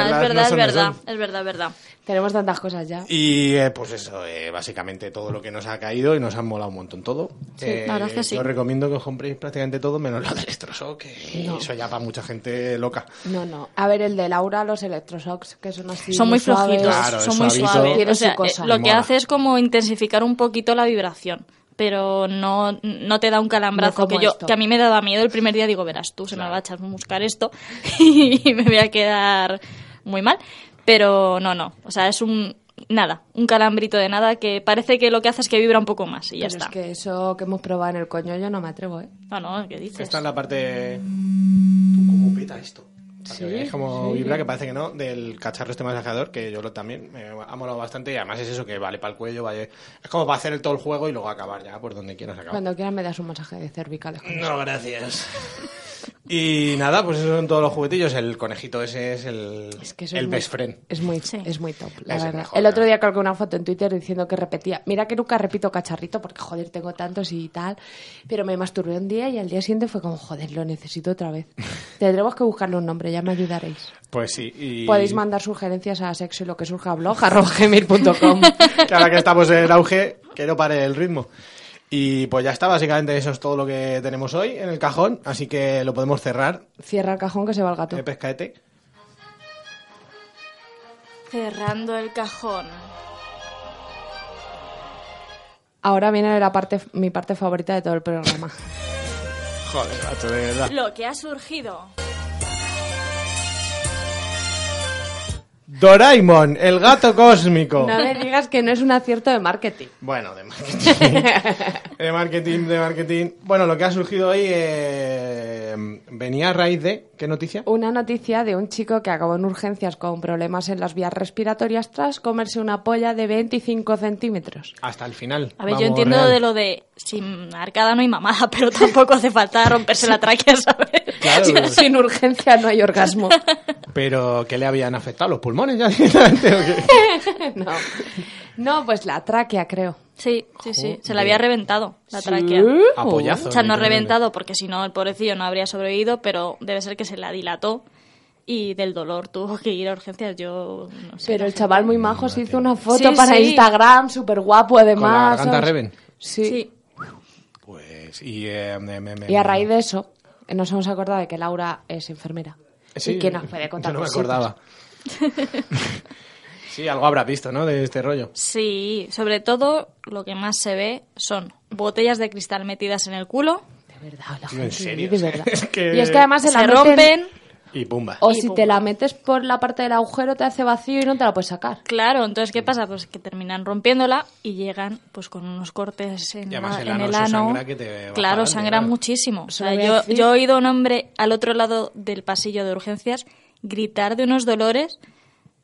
es
Las
verdad,
no
es
son de
verdad,
Sony.
es verdad, es verdad.
Tenemos tantas cosas ya.
Y eh, pues eso, eh, básicamente todo lo que nos ha caído y nos han molado un montón todo.
Sí,
Eh,
la verdad es que sí.
Yo recomiendo que os compréis prácticamente todo menos lo del destrozo, que
No.
eso ya para mucha gente loca.
No, no. A ver, el de Laura, los electroshocks, que son así.
Son muy flojitos,
Claro, eh.
son
es
muy
suavito.
suaves.
Tiene
O sea,
su cosa.
eh, lo que
Mola.
hace es como intensificar un poquito la vibración, pero no, no te da un calambrazo
No como
que yo
esto.
que a mí me daba miedo el primer día. Digo, verás tú, se me va a echar buscar esto [LAUGHS] y me voy a quedar muy mal. Pero no, no. O sea, es un nada, un calambrito de nada que parece que lo que hace es que vibra un poco más y ya
Pero
está.
Es que eso que hemos probado en el coño yo no me atrevo, ¿eh?
No, Ah, no, ¿qué dices?
Esta es la parte... Tú, ¿Cómo peta esto? Para
Sí,
que veáis cómo
sí.
vibra, que parece que no, del cacharro este masajador, que yo lo también me ha molado bastante y además es eso que vale para el cuello, vale... es como para hacer el todo el juego y luego acabar ya por donde quieras acabar.
Cuando quieras me das un masaje de cervicales.
No, gracias. Y nada, pues esos son todos los juguetillos. El conejito ese es el,
que eso
el
es muy-
best friend.
Es muy, es muy top, la
Es el
verdad.
mejor,
el
la
otro día colgué una foto en Twitter diciendo que repetía. Mira que nunca repito cacharrito porque, joder, tengo tantos y tal. Pero me masturbé un día y al día siguiente fue como, joder, lo necesito otra
[LAUGHS]
vez. Tendremos que buscarle un nombre, ya me ayudaréis.
Pues sí. Y...
Podéis mandar sugerencias a sexo y lo que surja blog [LAUGHS] arroba
[LAUGHS]
gmail.com.
Que ahora que estamos en el auge, que no pare el ritmo. Y pues ya está, básicamente eso es todo lo que tenemos hoy en el cajón. Así que lo podemos cerrar.
Cierra el cajón que se va el gato.
Eh, pescaete.
Cerrando el cajón.
Ahora viene la parte, mi parte favorita de todo el
[LAUGHS]
programa.
Joder, macho, de verdad.
Lo que ha surgido.
Doraemon, el gato cósmico.
No me digas que no es un acierto de marketing.
Bueno, de marketing.
[LAUGHS]
de marketing, de marketing. Bueno, lo que ha surgido hoy eh, venía a raíz de... ¿Qué noticia?
Una noticia de un chico que acabó en urgencias con problemas en las vías respiratorias tras comerse una polla de 25 centímetros.
Hasta el final.
A ver, yo
Vamos,
entiendo
real.
de lo de sin arcada no hay mamada, [LAUGHS] pero tampoco hace falta romperse la tráquea, [LAUGHS] ¿sabes?
[LAUGHS]
Claro,
Sin-
pero-
Sin urgencia no hay orgasmo. [LAUGHS]
Pero que le habían afectado los pulmones ya [LAUGHS] directamente. ¿o qué?
no. No, pues la tráquea, creo.
Sí, sí, sí. Se
Joder.
la había reventado la
Sí.
tráquea.
Apoyazo,
O sea, no
literalmente.
reventado porque si no el pobrecillo no habría sobrevivido, pero debe ser que se la dilató y del dolor tuvo que ir a urgencias. Yo no sé.
Pero el chaval muy majo se hizo una foto
Sí,
para
sí.
Instagram, súper guapo
Con la
además.
garganta
¿sabes?
Reven.
Sí.
Pues, y, eh, me- me- me-
Y a raíz de eso, eh, nos hemos acordado de que Laura es enfermera.
Sí,
y que nos puede contar
yo no me
cositas.
acordaba. sí, algo habrá visto, ¿no? De este rollo.
Sí, sobre todo lo que más se ve son botellas de cristal metidas en el culo.
Tío, en serio.
de verdad.
[LAUGHS] Es que...
Y es que además se,
Se
la meten-
rompen.
Y pumba. [LAUGHS]
O
Y
si
pum.
te la metes por la parte del agujero, te hace vacío y no te la puedes sacar.
Claro, entonces ¿qué pasa? Pues que terminan rompiéndola y llegan pues con unos cortes en,
Y además
la-
el
en
ano,
el
eso
ano.
sangra que te va para
claro,
adelante,
sangra
claro.
muchísimo. O
Se
sea,
lo voy a
yo,
decir.
yo he oído a un hombre al otro lado del pasillo de urgencias gritar de unos dolores.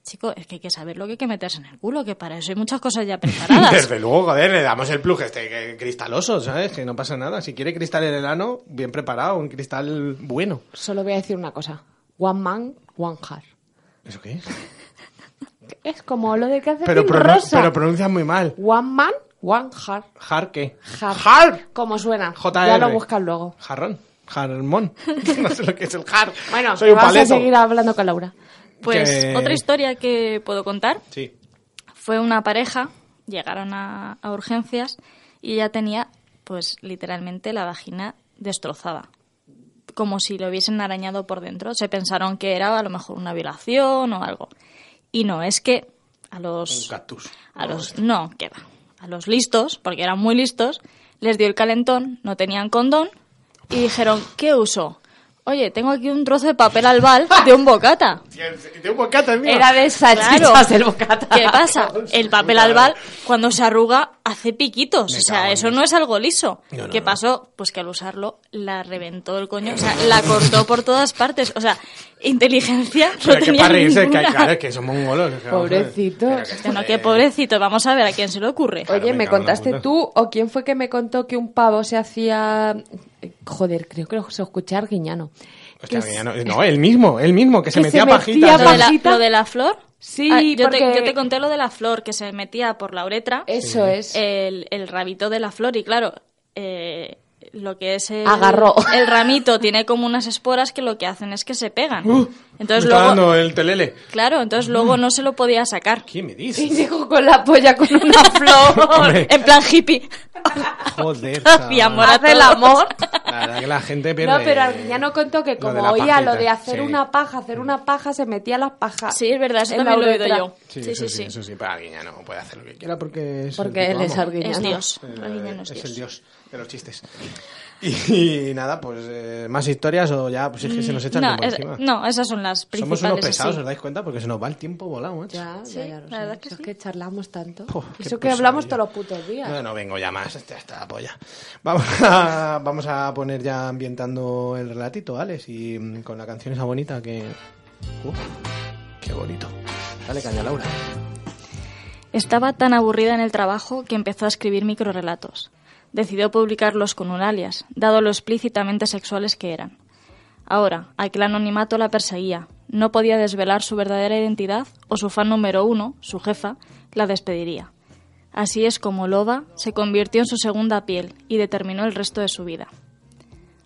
Chico, es que hay que saber lo que hay que meterse en el culo, que para eso hay muchas
[LAUGHS]
cosas ya preparadas.
Desde luego, joder, le damos el plug este que- cristaloso, ¿sabes? Que no pasa nada. Si quiere cristal en el ano, bien preparado, un cristal bueno.
Solo voy a decir una cosa. One man, one heart.
¿Eso qué es?
Es como lo de que hace
Pero,
Tim
pronuncia
Rosa.
pero pronuncias muy mal.
One man, one heart.
¿Jar qué?
Heart.
Heart.
Como suena.
JR.
Ya lo buscas luego.
Jarrón. Jarmón. [LAUGHS] no sé lo que es el jar.
Bueno,
soy un
vamos
paleto.
a seguir hablando con Laura.
Pues
Que-
otra historia que puedo contar
Sí.
fue una pareja, llegaron a, a urgencias y ella tenía, pues literalmente, la vagina destrozada. Como si lo hubiesen arañado por dentro. Se pensaron que era a lo mejor una violación o algo. Y no, es que a
Un
los.
cactus.
A los no, que va. A los listos, porque eran muy listos, les dio el calentón, no tenían condón y dijeron, ¿qué uso? Oye, tengo aquí un trozo de papel albal de un bocata.
De un bocata encima.
Era de salchichas el bocata.
¿Qué
[LAUGHS]
pasa? El papel albal, cuando se arruga, hace piquitos. o sea, eso no es algo liso.
No, no,
¿Qué
no.
pasó? Pues que al usarlo la reventó el coño. O sea, la cortó por todas partes. O sea, inteligencia no
Pero que
tenía
para reírse, que,
ninguna.
claro, es que son mongolos. es que vamos a ver.
Hostia, no, qué pobrecito. Vamos a ver a quién se le ocurre.
Oye, ¿me contaste
puta.
tú o quién fue que me contó que un pavo se hacía... eh, Joder, creo que lo escuché Arguiñano.
Hostia,
Que
ya no, no, él mismo, él mismo, que se
que se
metía
metía
pajitas.
¿Lo de la, lo de la flor? Ah,
Sí,
yo,
porque-
te, yo te conté lo de la flor, que se metía por la uretra.
Eso Sí. es.
El, el rabito de la flor, y claro, eh, lo que es el,
Agarró.
el ramito tiene como unas esporas que lo que hacen es que se pegan.
Uh,
entonces
me está
luego,
dando Mm. el telele.
claro, entonces luego no se lo podía sacar.
¿Qué me
Y [LAUGHS] llegó con [LAUGHS] la polla con
[LAUGHS]
una flor.
Hombre.
en plan hippie. [LAUGHS]
Joder.
Y
chaval.
amor a
Hace el
todos.
amor.
La verdad que la gente pierde.
No, pero Arguiñano contó que como
de la
oía lo
pajita,
de hacer
sí.
una paja, hacer una paja, se metía las pajas.
Sí, es verdad, eso
en la
también lo he oído
uretra.
yo.
Sí,
Sí,
eso
sí,
sí,
sí.
eso sí, pero Arguiñano puede hacer lo que quiera porque es.
Porque
el tipo
él es
amo.
Arguiñano.
Es Dios.
Eh,
Arguiñano es
es
Dios.
el dios de los chistes. Y, nada, pues eh, más historias o ya, pues es que se nos echan
Mm, no,
tiempo
es-
encima.
no, esas son las principales.
Somos unos
eso
pesados,
sí.
¿os dais cuenta? Porque se nos va el tiempo volado, ¿eh?
Ya,
Sí,
ya, ya lo
la
sé.
verdad que
Eso
sí.
Es que charlamos tanto.
Puh, Oh, qué
Eso que hablamos
pesadilla.
todos los putos días.
No, no vengo ya más, hasta, hasta la polla. Vamos a, vamos a poner ya ambientando el relatito, Alex, y mm, con la canción esa bonita que... Uf, ¡Qué bonito! Dale caña, Laura.
Estaba tan aburrida en el trabajo que empezó a escribir microrelatos. Decidió publicarlos con un alias, dado lo explícitamente sexuales que eran. Ahora, aquel anonimato la perseguía. No podía desvelar su verdadera identidad o su fan número uno, su jefa, la despediría. Así es como Loba se convirtió en su segunda piel y determinó el resto de su vida.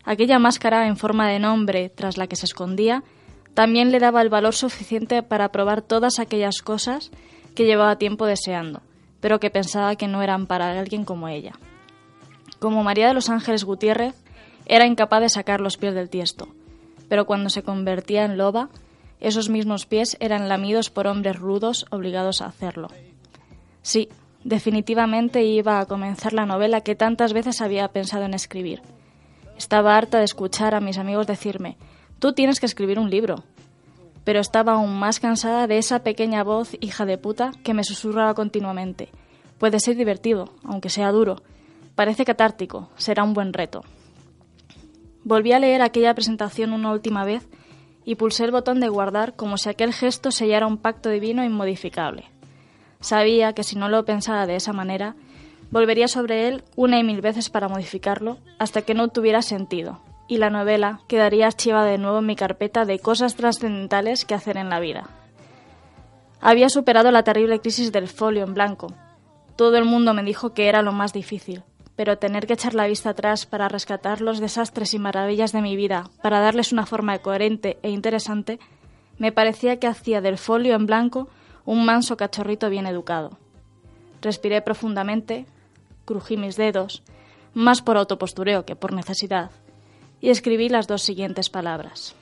Aquella máscara en forma de nombre tras la que se escondía también le daba el valor suficiente para probar todas aquellas cosas que llevaba tiempo deseando, pero que pensaba que no eran para alguien como ella. Como María de los Ángeles Gutiérrez, era incapaz de sacar los pies del tiesto, pero cuando se convertía en loba, esos mismos pies eran lamidos por hombres rudos obligados a hacerlo. Sí, definitivamente iba a comenzar la novela que tantas veces había pensado en escribir. Estaba harta de escuchar a mis amigos decirme, tú tienes que escribir un libro. Pero estaba aún más cansada de esa pequeña voz hija de puta que me susurraba continuamente. Puede ser divertido, aunque sea duro. Parece catártico, será un buen reto. Volví a leer aquella presentación una última vez y pulsé el botón de guardar como si aquel gesto sellara un pacto divino inmodificable. Sabía que si no lo pensaba de esa manera, volvería sobre él una y mil veces para modificarlo hasta que no tuviera sentido, y la novela quedaría archivada de nuevo en mi carpeta de cosas trascendentales que hacer en la vida. Había superado la terrible crisis del folio en blanco. Todo el mundo me dijo que era lo más difícil, pero tener que echar la vista atrás para rescatar los desastres y maravillas de mi vida, para darles una forma coherente e interesante, me parecía que hacía del folio en blanco un manso cachorrito bien educado. Respiré profundamente, crují mis dedos, más por autopostureo que por necesidad, y escribí las dos siguientes palabras.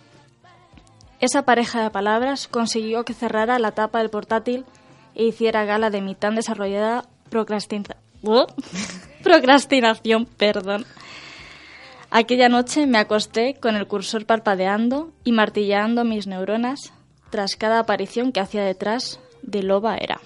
Esa pareja de palabras consiguió que cerrara la tapa del portátil e hiciera gala de mi tan desarrollada procrastin- [LAUGHS] procrastinación. Perdón. Aquella noche me acosté con el cursor parpadeando y martilleando mis neuronas tras cada aparición que hacía detrás de Loba era.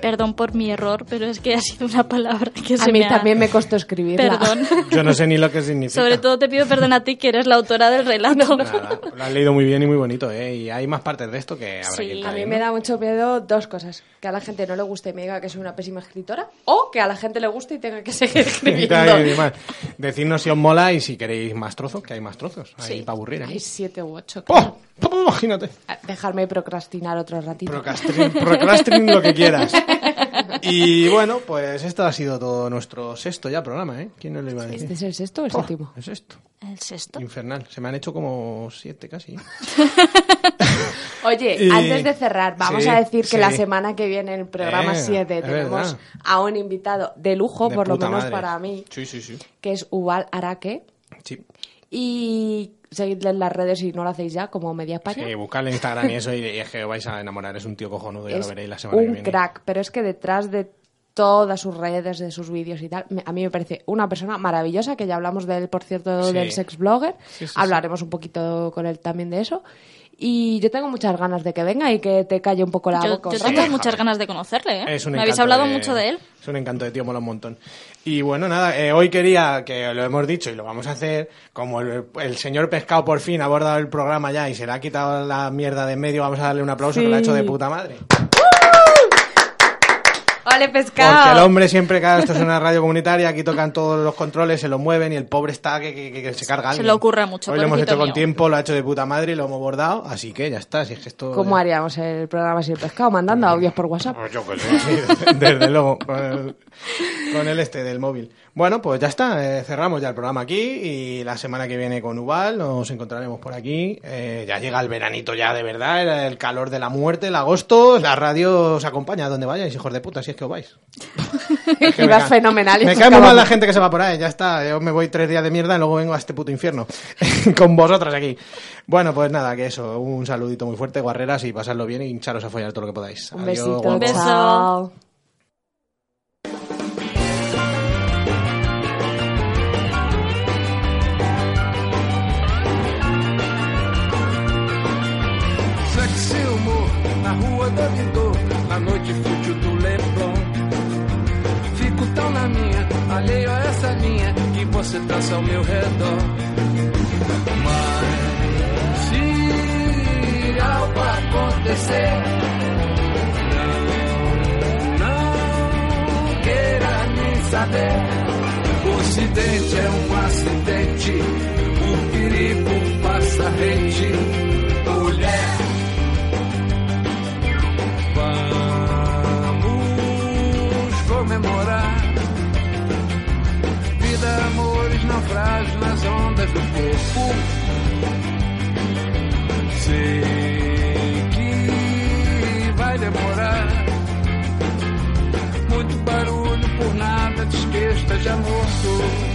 Perdón por mi error, pero es que ha sido una palabra que se
a mí
me ha-
también me costó escribirla.
Perdón.
Yo no sé ni lo que significa.
Sobre todo te pido perdón a ti, que eres la autora del relato.
Nada, lo has leído muy bien y muy bonito, ¿eh? Y hay más partes de esto que habrá que ir
A mí
trayendo.
me da mucho miedo dos cosas. Que a la gente no le guste y me diga que soy una pésima escritora. O que a la gente le guste y tenga que
[LAUGHS]
seguir
Y
escribiendo.
demás. Decidnos si os mola y si queréis más trozos, que hay más trozos. Ahí
Sí.
para aburrir. ¿eh?
Hay siete u ocho.
¡Oh! ¡Oh! Imagínate.
Dejarme procrastinar otro ratito.
Procrastrin, procrastrin lo que quieras. Y bueno, pues esto ha sido todo nuestro sexto ya programa, ¿eh? ¿Quién nos lo iba a decir?
[LAUGHS] ¿Este es el sexto o el
Oh,
séptimo?
El sexto.
El sexto.
Infernal. Se me han hecho como siete casi.
Oye,
Y-
antes de cerrar, vamos
sí,
a decir que
sí.
la semana que viene en el programa
Eh,
7
es
tenemos
verdad.
a un invitado de lujo,
De
por lo
puta
menos
madre.
para mí,
Sí, sí, sí.
que es Ubal Araque.
Sí.
Y seguidle en las redes si no lo hacéis ya, como Media España.
Sí, buscadle en Instagram y eso y, y es que os vais a enamorar. Es un tío cojonudo, Pues ya
es
lo veréis la semana que
un
viene.
crack, pero es que detrás de todas sus redes, de sus vídeos y tal. Me- A mí me parece una persona maravillosa, que ya hablamos de él, por cierto,
Sí.
del sex blogger.
Sí, sí, sí.
Hablaremos un poquito con él también de eso. Y yo tengo muchas ganas de que venga y que te calle un poco la
Yo,
boca.
yo
¿no? [LAUGHS]
tengo muchas ganas de conocerle, ¿eh?
Es un
Me habéis
encanto
hablado
de-
mucho de él.
Es un encanto de tío, mola un montón. Y bueno, nada, eh, hoy quería, que lo hemos dicho y lo vamos a hacer, como el, el señor Pescado por fin ha abordado el programa ya y se le ha quitado la mierda de en medio, vamos a darle un aplauso que lo ha hecho de
Sí.
puta madre.
Ole,
Porque el
pescado.
hombre siempre, claro, esto es una radio comunitaria, aquí tocan todos los controles, se lo mueven y el pobre está que, que- que- que se
Se
carga alguien.
le ocurre mucho,
Hoy lo hemos
pobrecito
hecho con
mío.
tiempo, lo ha hecho de puta madre y lo hemos bordado, así que ya está, si es que esto...
¿Cómo haríamos el programa sin el pescado? Mandando audios por WhatsApp.
Pues yo qué sé, [LAUGHS] sí, desde luego, con el, con el este del móvil. Bueno, pues ya está, eh, cerramos ya el programa aquí y la semana que viene con Ubal nos encontraremos por aquí. Eh, ya llega el veranito ya de verdad, el, el calor de la muerte, el agosto, la radio os acompaña a donde vayáis, hijos de puta, si es que os vais. Es que
[LAUGHS] Y
me
vas
ca-
fenomenal. y
Me
estás
cae muy mal
acabando.
la gente que se va por ahí, ya está. Yo me voy tres días de mierda y luego vengo a este puto infierno [LAUGHS] con vosotras aquí. Bueno, pues nada, que eso. Un saludito muy fuerte, guerreras, y pasadlo bien y hincharos a follar todo lo que podáis.
Un
Adiós,
besito.
guapos.
Chao.
Sexy humor na rua do Vidor, na noite fútil do Leblon. Fico tão na minha, alheio a essa linha que você traça ao meu redor. Mas se algo acontecer, não, não queira nem saber. O ocidente é um acidente, o perigo passa rente, mulher. Vamos comemorar. Vida, amores, naufrágios nas ondas do corpo. Sei que vai demorar. Muito barulho por nada, te esqueças de amor.